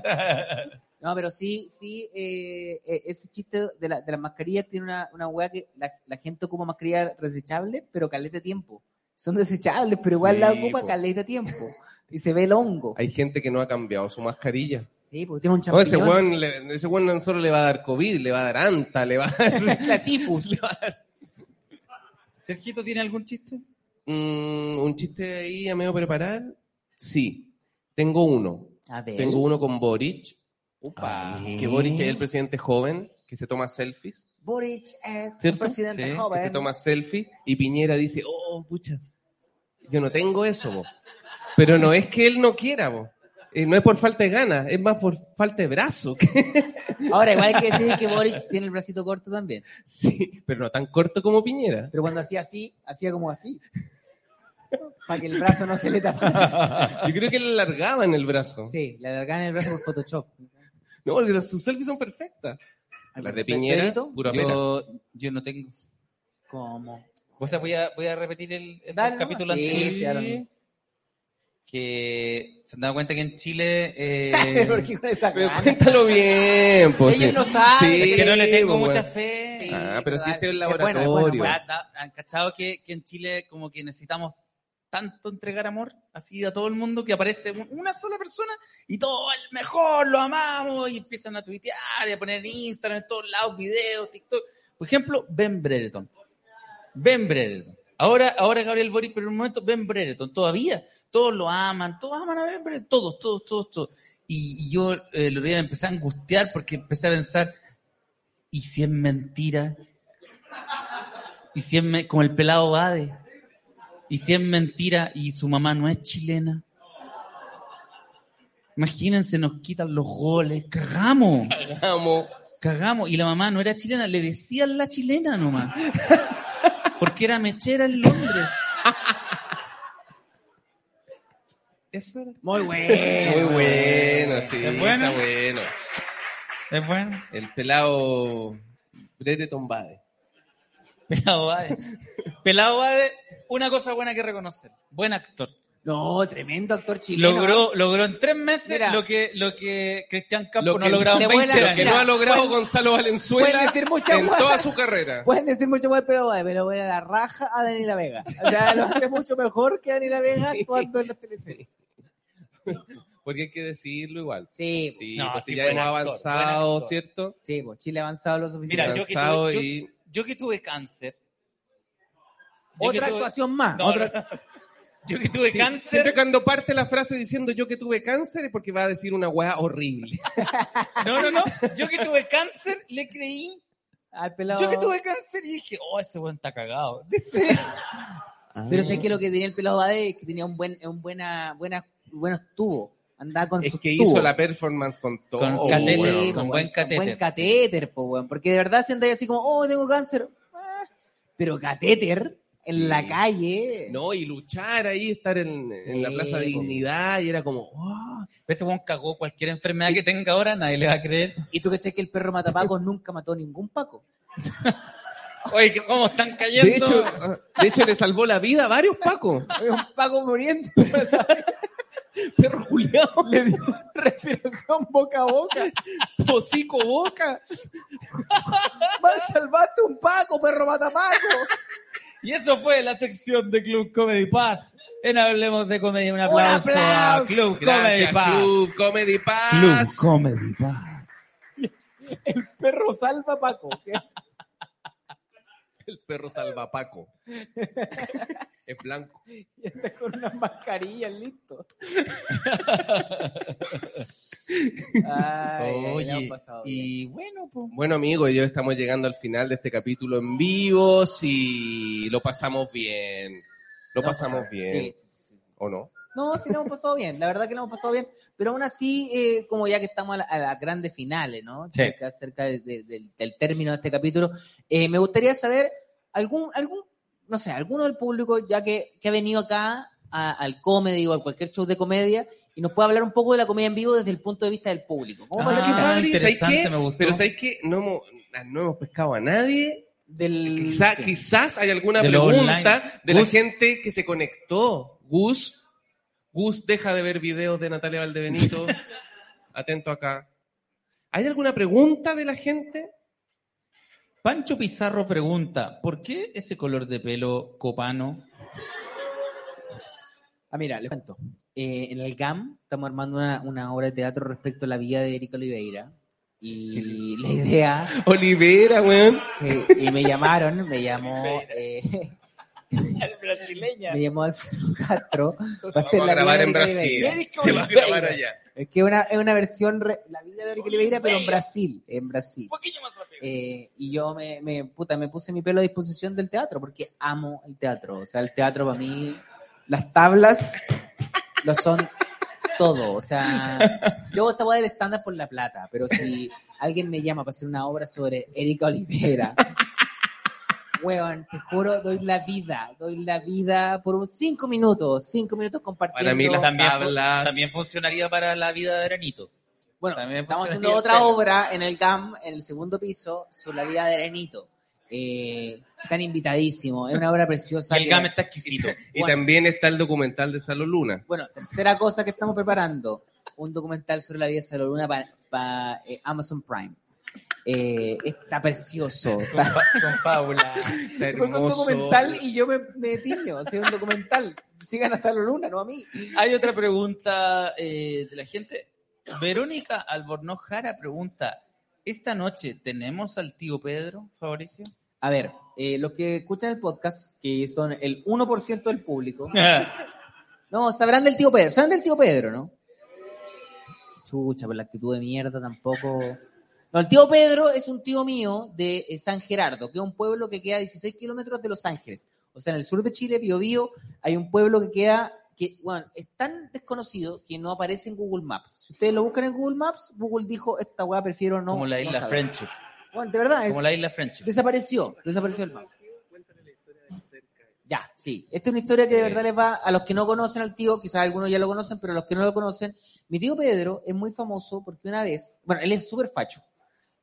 S2: No, pero sí, sí, eh, eh, ese chiste de, la, de las mascarillas tiene una, una wea que la, la gente ocupa mascarillas desechables, pero caleta tiempo. Son desechables, pero igual
S3: Sí,
S2: la ocupa
S3: po.
S2: caleta tiempo. Y se ve el hongo.
S3: Hay gente que no ha cambiado su mascarilla.
S2: Sí, porque tiene un
S3: No, Oh, ese
S2: champiñón.
S3: weón, le- ese weón no solo le va a dar COVID, le va a dar anta, le va a dar... *laughs*
S2: *laughs* La tifus.
S4: Sergito, ¿tiene algún chiste?
S3: Mm, un chiste ahí a medio preparar. Sí, tengo uno.
S2: A ver.
S3: Tengo uno con Boric,
S4: Upa.
S3: que Ah, Boric es el presidente joven, que se toma selfies.
S2: Boric es
S3: ¿Cierto?
S2: un presidente
S4: Sí,
S3: que se
S2: joven.
S3: toma selfie y Piñera dice, oh, pucha, yo no tengo eso, bo". pero no es que él no quiera, bo. Eh, no es por falta de ganas, es más por falta de brazo. *laughs*
S2: Ahora, igual hay que decir que Boric tiene el bracito corto también.
S3: sí, pero no tan corto como Piñera.
S2: Pero cuando hacía así, hacía como así. Para que el brazo no se le
S4: *laughs*
S2: tapara.
S3: Yo creo que le alargaban el brazo.
S2: Sí, le alargaban el brazo por Photoshop.
S3: No, porque las- sus selfies son perfectas. Las de Piñera,
S2: Pedrito,
S3: pura pera.
S4: Yo, yo no tengo.
S2: ¿Cómo?
S4: O sea, voy a, voy a repetir el, el
S2: Dale,
S4: capítulo
S2: no, sí,
S4: anterior.
S2: sí, ahora mismo.
S4: Que se han dado cuenta que en *laughs* Chile. eh,
S2: *laughs* Pero ¿qué con esa
S3: Pero
S2: gana?
S3: cuéntalo bien, pues.
S2: *laughs* Ellos
S3: sí.
S2: no saben,
S4: es que no le tengo
S3: pues,
S4: mucha
S3: bueno.
S4: fe.
S2: Sí,
S3: Ah, pero sí
S2: dale.
S3: este es el
S2: Es bueno, es bueno,
S3: laboratorio.
S2: bueno.
S4: Ya, da- ¿Han cachado que, que en Chile como que necesitamos tanto entregar amor así a todo el mundo que aparece un- una sola persona y todo el mejor, lo amamos y empiezan a tuitear y a poner en Instagram en todos lados, videos, TikTok. Por ejemplo, Ben Brereton. Ben Brereton. Ahora, ahora Gabriel Boric, pero en un momento Ben Brereton todavía. Todos lo aman, todos aman a Ben Brereton, todos, todos, todos, todos. Y, y yo eh, lo voy a empezar a angustiar porque empecé a pensar, ¿y si es mentira? ¿Y si es me- como el pelado Bade? ¿Y si es mentira y su mamá no es chilena? Imagínense, nos quitan los goles, cagamos,
S3: Vamos.
S4: cagamos. Y la mamá no era chilena, le decían la chilena nomás. Porque era mechera en Londres. Eso era.
S2: Muy bueno.
S3: Muy bueno, sí.
S4: Es bueno.
S3: Está bueno.
S4: Es bueno.
S3: El pelado Brereton Bade.
S4: Pelado Bade. Pelado Bade, una cosa buena que reconocer. Buen actor.
S2: No, tremendo actor chileno.
S4: Logró, logró en tres meses
S2: Mira.
S4: lo que, lo que Cristian Campos
S3: Lo
S4: no
S3: que-
S4: ha logrado
S2: le
S4: en
S2: vuela-
S4: 20
S3: Lo
S4: años.
S3: que
S2: Mira,
S3: no ha logrado
S2: pueden-
S3: Gonzalo Valenzuela
S2: pueden decir muchas
S3: en
S2: guas-
S3: toda su carrera.
S2: Pueden decir mucho más, pero eh, bueno, pero bueno, la raja a Daniela Vega. O sea, lo hace mucho mejor que Daniela Vega actuando en las teleseries.
S3: Porque hay que decidirlo igual.
S2: Sí,
S3: no,
S2: No,
S3: pues
S2: sí,
S3: si ya
S2: buen
S3: hemos
S2: actor, buen
S3: avanzado,
S2: actor.
S3: ¿cierto?
S2: Sí, pues Chile ha avanzado lo suficiente.
S4: Mira, yo que, tuve, yo- yo que tuve cáncer. yo que
S2: Otra
S4: tuve-
S2: actuación más.
S4: No,
S2: otra-
S4: no. Yo que tuve
S3: Sí,
S4: cáncer.
S3: Siempre cuando parte la frase diciendo yo que tuve cáncer es porque va a decir una weá horrible.
S4: No, no, no. Yo que tuve cáncer, le creí.
S2: Al pelado.
S4: Yo que tuve cáncer y dije, oh, ese weón está cagado. *laughs*
S2: Pero sé que lo que tenía el pelado Bade es que tenía un buen, un buena, buena, buenos tubos. Andaba *laughs* con
S3: Es
S2: sus
S3: que
S2: tubos.
S3: hizo la performance con todo. oh, weón.
S4: Con catéter,
S2: Sí,
S4: con
S2: po,
S4: buen catéter.
S2: Buen catéter, po, weón. Porque de verdad se andáis así como, oh, tengo cáncer. Ah, Pero catéter en
S3: Sí.
S2: la calle.
S3: No, y luchar ahí, estar en, en la
S2: Sí,
S3: Plaza de
S2: po.
S3: Dignidad y era como, oh,
S4: Ese weón cagó cualquier enfermedad que tenga ahora, nadie le va a creer.
S2: Y tú cachés que el perro
S4: *laughs*
S2: matapaco nunca mató ningún *laughs* paco.
S4: Oye, que- ¿cómo están cayendo?
S3: De hecho, ah, de hecho, le salvó la vida a varios Paco.
S2: Es *laughs* un paco muriendo.
S3: Perro culiao.
S2: Le dio respiración boca a boca.
S3: Pocico boca.
S2: Más salvaste un paco, perro matapaco.
S4: *laughs* Y eso fue la sección de Club Comedy Paz. En Hablemos de Comedia, un aplauso,
S2: aplauso.
S4: a Club Comedy
S3: Gracias,
S4: Paz.
S3: Club Comedy Paz.
S1: Comedy Paz.
S2: El perro salva a paco.
S3: El perro salva
S2: *laughs*
S3: Paco. Es blanco.
S2: Y anda con unas mascarillas, listo. Ay, ay, la hemos
S3: Oye,
S2: pasado bien.
S4: Y bueno, pues.
S3: Bueno, amigos, yo estamos llegando al final de este capítulo en vivo. Si lo pasamos bien. Lo
S2: La hemos
S3: pasamos
S2: pasado
S3: bien.
S2: Sí, sí, sí, sí.
S3: ¿O no?
S4: Ah,
S2: No, sí, la hemos pasado bien. La verdad que la hemos pasado bien. Pero aún así, eh, como ya que estamos a la- a las grandes finales, ¿no?
S4: Sí.
S2: Cerca, cerca de- de- del, del término de este capítulo, eh, me gustaría saber algún, algún, no sé, alguno del público ya que, que ha venido acá a- al comedy o a cualquier show de comedia y nos puede hablar un poco de la comedia en vivo desde el punto de vista del público. ¿Cómo
S4: Ah,
S2: lo que-
S3: Fabri,
S4: interesante,
S3: ¿sabes qué?
S4: me gustó.
S3: Pero ¿sabes qué? No hemos, no hemos pescado a nadie.
S2: del,
S3: Quizá-
S2: sí.
S3: Quizás hay alguna
S4: De lo online.
S3: pregunta de la
S4: Gus.
S3: gente que se conectó. Gus, Gus, deja de ver videos de Natalia
S2: *laughs*
S3: Valdebenito. Atento acá. ¿Hay alguna pregunta de la gente?
S4: Pancho Pizarro pregunta, ¿por qué ese color de pelo copano?
S2: Ah, mira, les cuento. Eh, en el GAM estamos armando una, una obra de teatro respecto a la vida de Erika Oliveira. Y la idea...
S3: Olivera, weón.
S2: Sí, y me llamaron,
S3: *laughs*
S2: me llamó. eh,
S4: Brasileña.
S2: me llamó Alfredo Castro. Va a
S3: Vamos
S2: ser
S3: a
S2: la
S3: grabar
S2: vida
S3: en
S2: de
S3: Brasil.
S2: Erika Oliveira.
S3: Se va a grabar allá.
S2: Es que una, es una versión, re- la vida de Erika Oliveira, pero en Brasil. En Brasil. Eh, y yo me, me, puta, me puse mi pelo a disposición del teatro, porque amo el teatro. O sea, el teatro para mí, las tablas lo son todo. O sea, yo esta voy del estándar por la plata, pero si alguien me llama para hacer una obra sobre Erika Olivera, weón, te juro, doy la vida, doy la vida por un cinco minutos, cinco minutos compartiendo.
S3: Para mí las
S4: También, fu-
S3: tablas.
S4: también funcionaría para la vida de Aranito.
S2: Bueno,
S4: También
S2: estamos
S4: funciona
S2: haciendo
S4: así el
S2: otra
S4: pelo.
S2: obra en el GAM, en el segundo piso, sobre la vida de Arenito. Eh, están invitadísimos, es una obra preciosa.
S4: Y el
S2: que-
S4: game
S2: *laughs*
S4: está exquisito.
S3: Y
S2: Bueno.
S3: también está el documental de Salo Luna.
S2: Bueno, tercera cosa que estamos preparando, un documental sobre la vida de Salo Luna para Amazon Prime. Eh, está precioso. Está
S4: Con Paula.
S3: Está
S2: un
S3: hermoso.
S2: documental y yo me, me tiño, o sea, un documental. Sigan a Salo Luna, no a mí.
S4: Hay otra pregunta eh, de la gente. Verónica Albornoz Jara pregunta, ¿esta noche tenemos al tío Pedro, Fabricio?
S2: A ver, eh, los que escuchan el podcast, que son el 1% del
S4: *laughs*
S2: público,
S4: Ah.
S2: no, sabrán del tío Pedro, saben del tío Pedro, ¿no? Chucha, por la actitud de mierda tampoco. No, el tío Pedro es un tío mío de eh, San Gerardo, que es un pueblo que queda a 16 kilómetros de Los Ángeles. O sea, en el sur de Chile, Bio Bio, hay un pueblo que queda, que, bueno, es tan desconocido que no aparece en Google Maps. Si ustedes lo buscan en Google Maps, Google dijo, esta weá prefiero no.
S4: como la
S2: no
S4: isla
S2: saber".
S4: Friendship.
S2: Bueno, de verdad, es,
S4: Como la isla Friendship.
S2: desapareció, desapareció el mapa. Ya, sí. Esta es una historia que de verdad les va a los que no conocen al tío, quizás algunos ya lo conocen, pero los que no lo conocen, mi tío Pedro es muy famoso porque una vez, bueno, él es súper facho,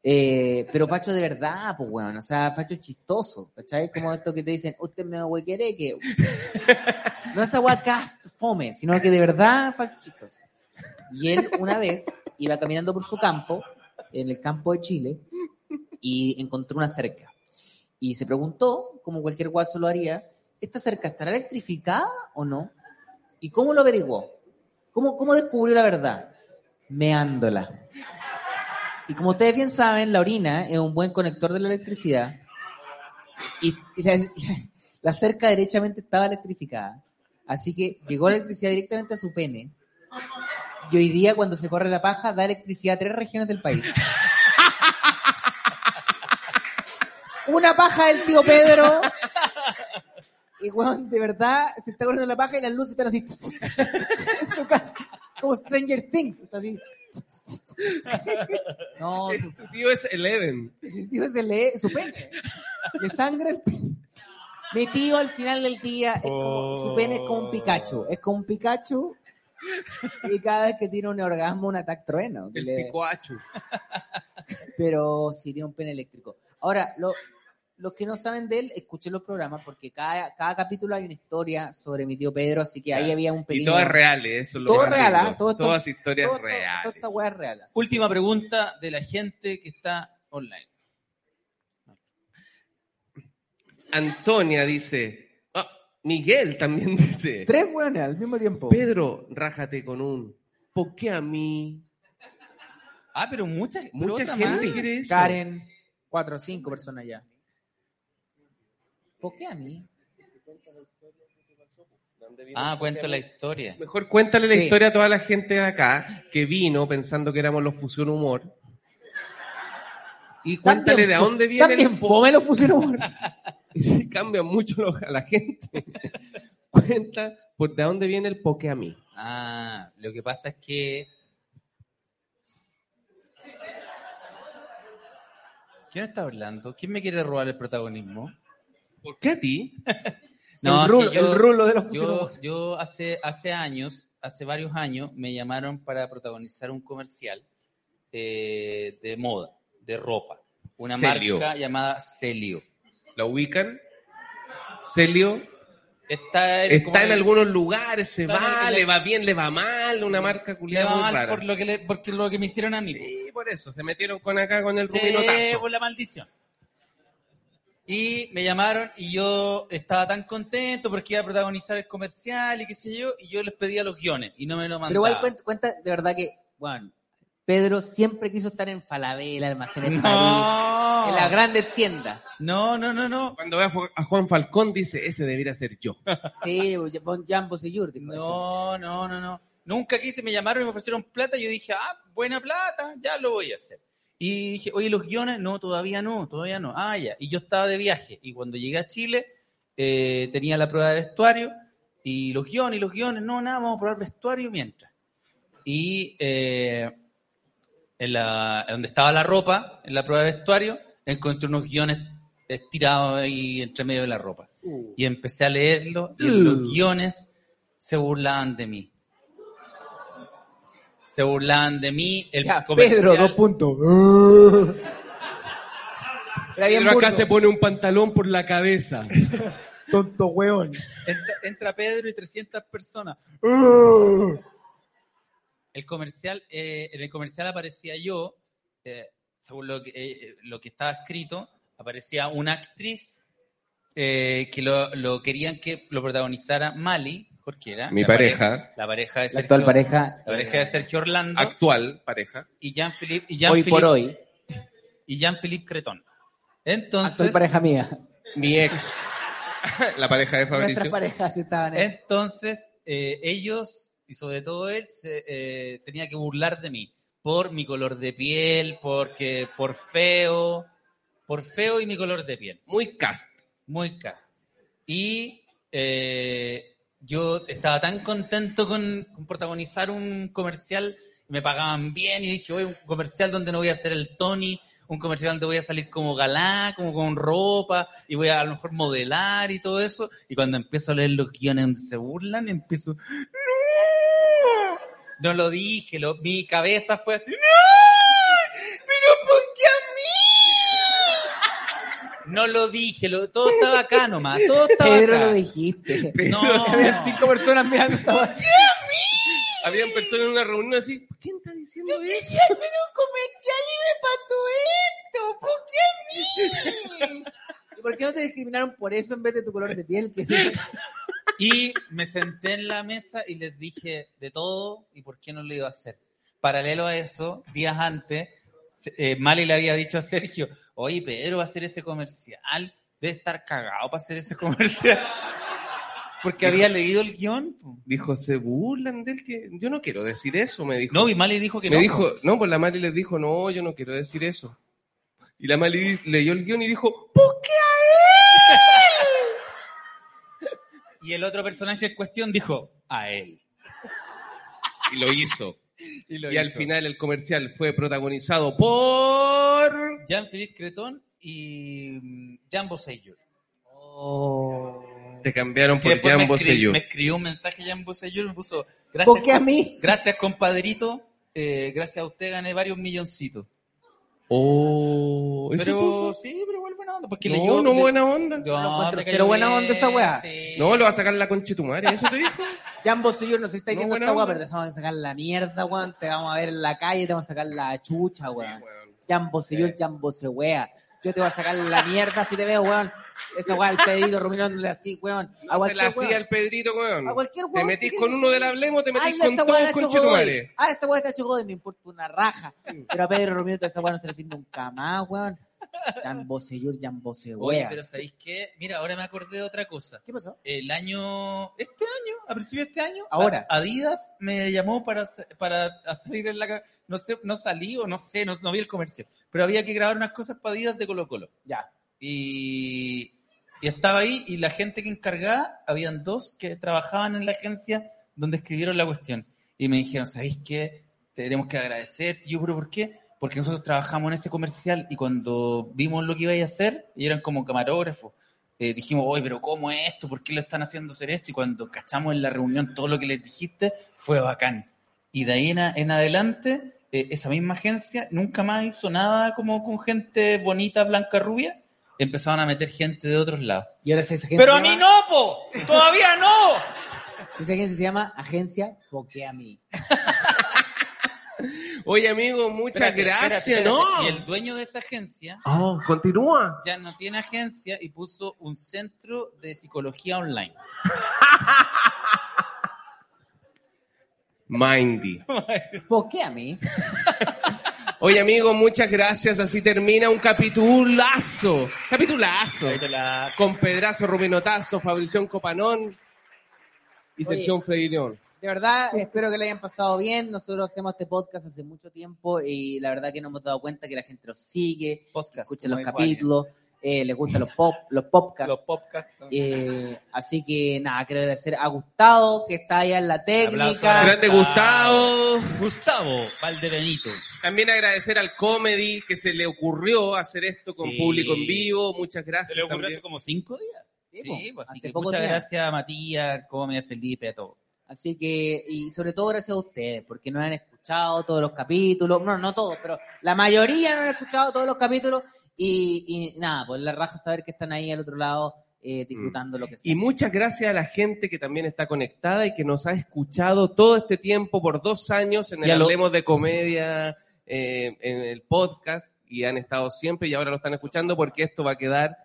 S2: eh, pero facho de verdad, pues weón, o sea, facho chistoso, ¿cachai? Como esto que te dicen, usted me quiere que... No es agua cast fome, sino que de verdad facho chistoso. Y él una vez iba caminando por su campo, en el campo de Chile, y encontró una cerca. Y se preguntó, como cualquier guaso lo haría, ¿esta cerca estará electrificada o no? ¿Y cómo lo averiguó? ¿Cómo, cómo descubrió la verdad? Meándola. Y como ustedes bien saben, la orina es un buen conector de la electricidad. Y, y la, *laughs* la cerca derechamente estaba electrificada. Así que llegó la electricidad directamente a su pene. Y hoy día, cuando se corre la paja, da electricidad a tres regiones del país. Una paja del tío Pedro. Y, weón, de verdad, se está corriendo la paja y las luces están así. *laughs* En su casa. Como Stranger Things. Está así. *laughs* No, su,
S3: Tu Este tío es Eleven.
S2: su tío se lee su pene. Le sangra el pene. Mi tío al final del día es como, su pene es como un Pikachu. Es como un Pikachu. Y cada vez que tiene un orgasmo, un ataque trueno. que
S3: El
S2: le-
S3: picoachu.
S2: pero sí tiene un pene eléctrico. Ahora, lo- los que no saben de él, escuchen los programas porque cada, cada capítulo hay una historia sobre mi tío Pedro, así que ahí había un
S3: Y
S2: pequeño...
S3: todo es real, eh, eso es lo
S2: Todo
S3: más
S2: real,
S3: lindo.
S2: ¿ah? Todo esto-
S3: Todas historias
S2: todo esto-
S3: reales.
S2: toda esta weá es real. así.
S4: Última pregunta de la gente que está online.
S3: Antonia dice. ah, Miguel también *laughs* dice.
S2: Tres weones al mismo tiempo.
S3: Pedro, rájate con un. ¿Por qué a mí?
S4: Ah, pero muchas
S3: Mucha
S4: otra
S3: gente
S4: más.
S3: quiere eso.
S2: Karen, cuatro o cinco personas ya. ¿Por qué a mí?
S4: Ah, cuento la historia.
S3: Mejor cuéntale la
S2: Sí.
S3: historia a toda la gente de acá que vino pensando que éramos los Fusión Humor. Y cuéntale de a dónde viene el *laughs*
S2: También fome los fusiló.
S3: Sí, cambian mucho lo- a la gente. *laughs* Cuenta por de dónde viene el poke a mí.
S4: Ah, lo que pasa es que. ¿Quién está hablando? ¿Quién me quiere robar el protagonismo?
S3: ¿Por qué a ti?
S4: No,
S2: el,
S4: es que
S2: rulo,
S4: yo-
S2: el rulo de los
S4: Yo,
S2: fusilos.
S4: yo hace, hace años, hace varios años, me llamaron para protagonizar un comercial eh, de moda, de ropa. Una
S3: Celio.
S4: marca llamada Celio.
S3: ¿La ubican? Celio.
S4: Está, en- como
S3: Está en
S4: el-
S3: algunos lugares, se
S4: Está en
S3: va,
S4: el-
S3: le va bien, le va mal, una marca
S4: Le
S3: culiada
S4: va
S3: muy
S4: mal
S3: rara.
S4: por lo, que le- porque lo que me hicieron a mí.
S3: Sí, por eso, se metieron con acá con el
S4: Sí,
S3: ruminotazo.
S4: por la maldición. Y me llamaron y yo estaba tan contento porque iba a protagonizar el comercial y qué sé yo, y yo les pedía los guiones y no me lo
S2: Pero igual
S4: mandaban.
S2: cuenta, cuenta de verdad que, bueno, Pedro siempre quiso estar en Falabella, Almacenes París, en las
S4: no,
S2: grandes tiendas.
S4: no, no, no, no.
S3: Cuando ve a Fu- a Juan Falcón dice, ese debería ser
S4: *laughs*
S3: yo.
S2: Sí, Bon Jambo Seyur, dijo eso.
S4: No, no, no, no. Nunca quise, me llamaron y me ofrecieron plata. y Yo dije, ah, buena plata, ya lo voy a hacer. Y dije, oye, los guiones, no, todavía no, todavía no. Ah, ya. Y yo estaba de viaje. Y cuando llegué a Chile, eh, tenía la prueba de vestuario. Y los guiones, y los guiones, no, nada, vamos a probar vestuario mientras. Y eh, en la, donde estaba la ropa, en la prueba de vestuario, encontré unos guiones estirados ahí entre medio de la ropa. Y empecé a leerlo y en los guiones se burlaban de mí. Se burlaban de mí. El
S2: Ya,
S4: comercial-
S2: Pedro, dos puntos. Era bien
S3: Pero acá
S2: burdo.
S3: se pone un pantalón por la
S4: *laughs*
S3: cabeza.
S2: Tonto weón.
S4: entra, entra Pedro y 300 personas.
S2: ¡Uh!
S4: El comercial, eh, en el comercial aparecía yo, eh, según lo que, eh, lo que estaba escrito, aparecía una actriz eh, que lo, lo querían que lo protagonizara Mali, porque era
S3: Mi
S4: la
S3: pareja.
S4: la pareja de
S2: La
S4: Sergio,
S2: actual pareja,
S4: la pareja de Sergio Orlando
S3: Actual pareja.
S4: y Jean-Philippe y
S2: hoy por
S4: Jean-Philippe-
S2: hoy,
S4: y Jean-Philippe Cretón.
S2: actual
S4: Entonces,
S2: pareja mía.
S3: Mi ex. *laughs* la pareja de
S2: Nuestras
S3: Fabricio.
S2: parejas estaban en...
S4: Entonces, eh, ellos, y sobre todo él, se, eh, tenía que burlar de mí por mi color de piel, porque por feo, por feo y mi color de piel,
S3: Muy cast.
S4: muy casi. Y eh, yo estaba tan contento con, con protagonizar un comercial, me pagaban bien y dije, oye, un comercial donde no voy a ser el Tony, un comercial donde voy a salir como galá, como con ropa, y voy a a lo mejor modelar y todo eso. Y cuando empiezo a leer los guiones donde se burlan, empiezo, ¡No! No lo dije, lo- mi cabeza fue así, ¡No! ¡Pero por qué a mí! No lo dije, lo- todo estaba acá nomás, todo estaba
S2: Pedro
S4: acá.
S2: lo dijiste.
S4: No.
S2: Habían cinco personas mirando. esta-
S3: Habían personas en una reunión así. ¿Quién está diciendo eso?
S2: ¿Y por qué no te discriminaron por eso en vez de tu color de piel? Que siempre-
S4: Y me senté en la mesa y les dije de todo y por qué no lo iba a hacer. Paralelo a eso, días antes, eh, Mali le había dicho a Sergio, oye, Pedro va a hacer ese comercial, debe estar cagado para hacer ese comercial. Porque había leído el guión.
S3: Dijo, se burlan de él, que yo no quiero decir eso, me dijo.
S4: No, y Mali dijo que
S3: Me
S4: no.
S3: dijo, no, pues la Mali les dijo, no, yo no quiero decir eso. Y la Mali di- leyó el guión y dijo, ¿por qué
S4: Y el otro personaje en cuestión dijo, a él.
S3: Y lo hizo.
S10: *laughs*
S4: Y,
S3: Y al final el comercial fue protagonizado por...
S4: Jean-Philippe Creton y mm, Jean Bosello.
S3: Oh. Te cambiaron
S4: Que
S3: por
S4: después
S3: Jean
S4: me, escri-
S3: Bosellur.
S4: me escribió un mensaje Jean Bosello y me puso, gracias,
S2: ¿Por qué a mí?
S4: gracias compadrito, eh, gracias a usted gané varios milloncitos.
S3: Oh, ¿eso
S4: Pero
S3: puso?
S4: sí, pero igual buena onda. Porque
S3: no,
S4: leyó-
S3: no
S4: le-
S3: buena onda.
S4: No, No, encuentro me cayó
S2: cero buena bien, onda esa weá.
S4: sí.
S3: No, lo va a sacar la concha de tu madre, eso te dijo.
S2: Jambo, si yo no sé si estáis
S3: No,
S2: viendo
S3: buena
S2: esta weá,
S3: onda.
S2: pero te vamos a sacar la mierda, weón. Te vamos a ver en la calle, te vamos a sacar la chucha, weón. Jambo, si yo, Jambo se wea. Yo te voy a sacar la mierda si te veo, weón. Esa weá, el pedido, ruminándole así, weón. A
S3: Se la
S2: cualquier
S3: hacía
S2: weón.
S3: el Pedrito, weón.
S2: A cualquier
S3: Te
S2: weón, sí
S3: metís
S2: que
S3: con
S2: le-
S3: uno del hablemos, te metís
S2: Hazle
S3: con
S2: esa
S3: todo
S2: weá
S3: el
S2: Nacho
S3: concha de tu
S2: Godoy.
S3: madre.
S2: Ah, esa weá está Nacho Godoy, me importa una raja. Pero a Pedro Romero toda esa weá no se le sirve nunca más, weón. Jambo, si yo, Jambo se
S4: Oye,
S2: wea.
S4: pero ¿sabéis qué? Mira, ahora me acordé de otra cosa.
S2: ¿Qué pasó?
S4: El año, este año, a principios de este año,
S2: Ahora.
S4: a- Adidas me llamó para, sa- para salir en la... ca- No sé, no salí o no sé, no, no vi el comercio, pero había que grabar unas cosas para Adidas de Colo Colo.
S2: Ya.
S4: Y, y estaba ahí y la gente que encargaba, habían dos que trabajaban en la agencia donde escribieron la cuestión. Y me dijeron, ¿sabéis qué? Te tenemos que agradecer. Y yo, ¿pero por qué? Porque nosotros trabajamos en ese comercial y cuando vimos lo que iba a hacer, y eran como camarógrafos, eh, dijimos, oye, pero ¿cómo es esto? ¿Por qué lo están haciendo hacer esto? Y cuando cachamos en la reunión todo lo que les dijiste, fue bacán. Y de ahí en, a- en adelante, eh, esa misma agencia nunca más hizo nada como con gente bonita, blanca, rubia. Empezaban a meter gente de otros lados.
S2: Y ahora esa esa gente
S4: ¡Pero
S2: se
S4: a mí
S2: llama-
S4: no, po!
S3: *laughs*
S4: ¡Todavía no!
S2: Esa agencia se llama Agencia Boquea a mí.
S3: Oye, amigo, muchas
S4: Espérate, espérate,
S3: gracias,
S4: espérate.
S3: ¿no?
S4: Y el dueño de esa agencia
S3: Ah, continúa.
S4: ya no tiene agencia y puso un centro de psicología online.
S3: Mindy.
S2: Boquea a mí.
S3: Oye, amigo, muchas gracias. Así termina un capitulazo. Capitulazo. Con Pedrazo, Rubinotazo, Fabrición Copanón y
S2: Oye.
S3: Sergio Freireón.
S2: De verdad, espero que le hayan pasado bien. Nosotros hacemos este podcast hace mucho tiempo y la verdad que nos hemos dado cuenta que la gente nos sigue, escucha
S4: como
S2: los
S4: dijo
S2: capítulos, eh, les gustan los pop, los podcasts.
S4: Los podcasts.
S2: Eh, así que nada, quiero agradecer a Gustavo que está allá en la
S4: Aplauso ¿eh?
S2: técnica.
S4: a
S3: Grande Gustavo.
S4: Gustavo Valdebenito.
S3: También agradecer al Comedy que se le ocurrió hacer esto con
S4: Sí.
S3: público en vivo. Muchas gracias.
S10: Se le ocurrió
S3: también.
S10: hace como cinco.
S4: ¿Cinco días? Sí,
S2: Sí,
S4: pues, así
S2: hace
S4: que
S2: pocos
S4: muchas
S2: días.
S4: gracias a Matías, Come, a Felipe, a todos.
S2: Así que, y sobre todo gracias a ustedes, porque no han escuchado todos los capítulos, no, no todos, pero la mayoría no han escuchado todos los capítulos y, y nada, pues la raja saber que están ahí al otro lado
S4: Mm.
S2: eh, disfrutando lo que sea.
S3: Y muchas gracias a la gente que también está conectada y que nos ha escuchado todo este tiempo por dos años en
S4: Y a
S3: el
S4: lo-
S3: Hablemos de Comedia, eh, en el podcast, y han estado siempre y ahora lo están escuchando porque esto va a quedar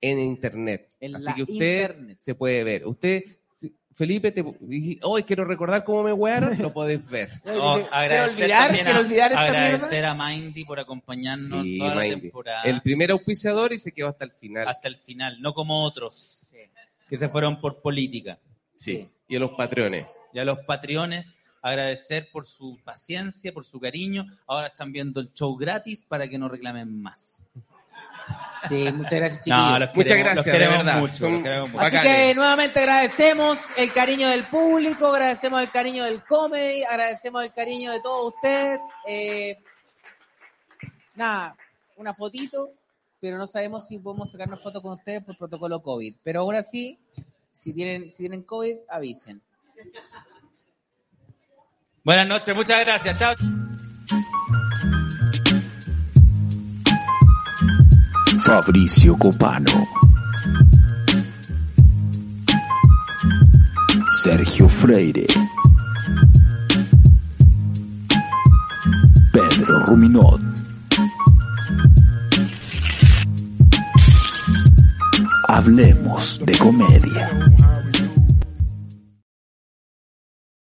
S3: en internet.
S2: En
S3: Así
S2: la
S3: que usted
S2: internet.
S3: se puede ver. Usted, si- Felipe, te dije, hoy quiero recordar cómo me huearon, lo podéis ver.
S4: No, Oh, agradecer
S2: olvidar,
S4: también
S2: quiero
S4: a,
S2: olvidar esta
S4: agradecer a Mindy por acompañarnos
S3: Sí,
S4: toda la
S3: Mindy.
S4: temporada
S3: El primer auspiciador y se quedó hasta el final.
S4: hasta el final, no como otros que se fueron por política.
S3: Sí. Y a los patrones.
S4: Y a los patriones, agradecer por su paciencia, por su cariño. Ahora están viendo el show gratis para que no reclamen más.
S2: Sí, muchas gracias chicos.
S4: No, los
S3: Muchas
S4: queremos-
S3: gracias,
S4: los
S3: de
S4: queremos
S3: verdad.
S4: mucho,
S3: Son
S4: los queremos mucho.
S2: Así
S3: bacanes.
S2: que nuevamente agradecemos el cariño del público, agradecemos el cariño del comedy, agradecemos el cariño de todos ustedes. Eh, nada, una fotito, pero no sabemos si podemos sacarnos fotos con ustedes por protocolo COVID. Pero ahora sí, si tienen, si tienen COVID, avisen.
S4: Buenas noches, muchas gracias. Chao.
S1: Fabricio Copano. Sergio Freire. Pedro Ruminot. Hablemos de comedia.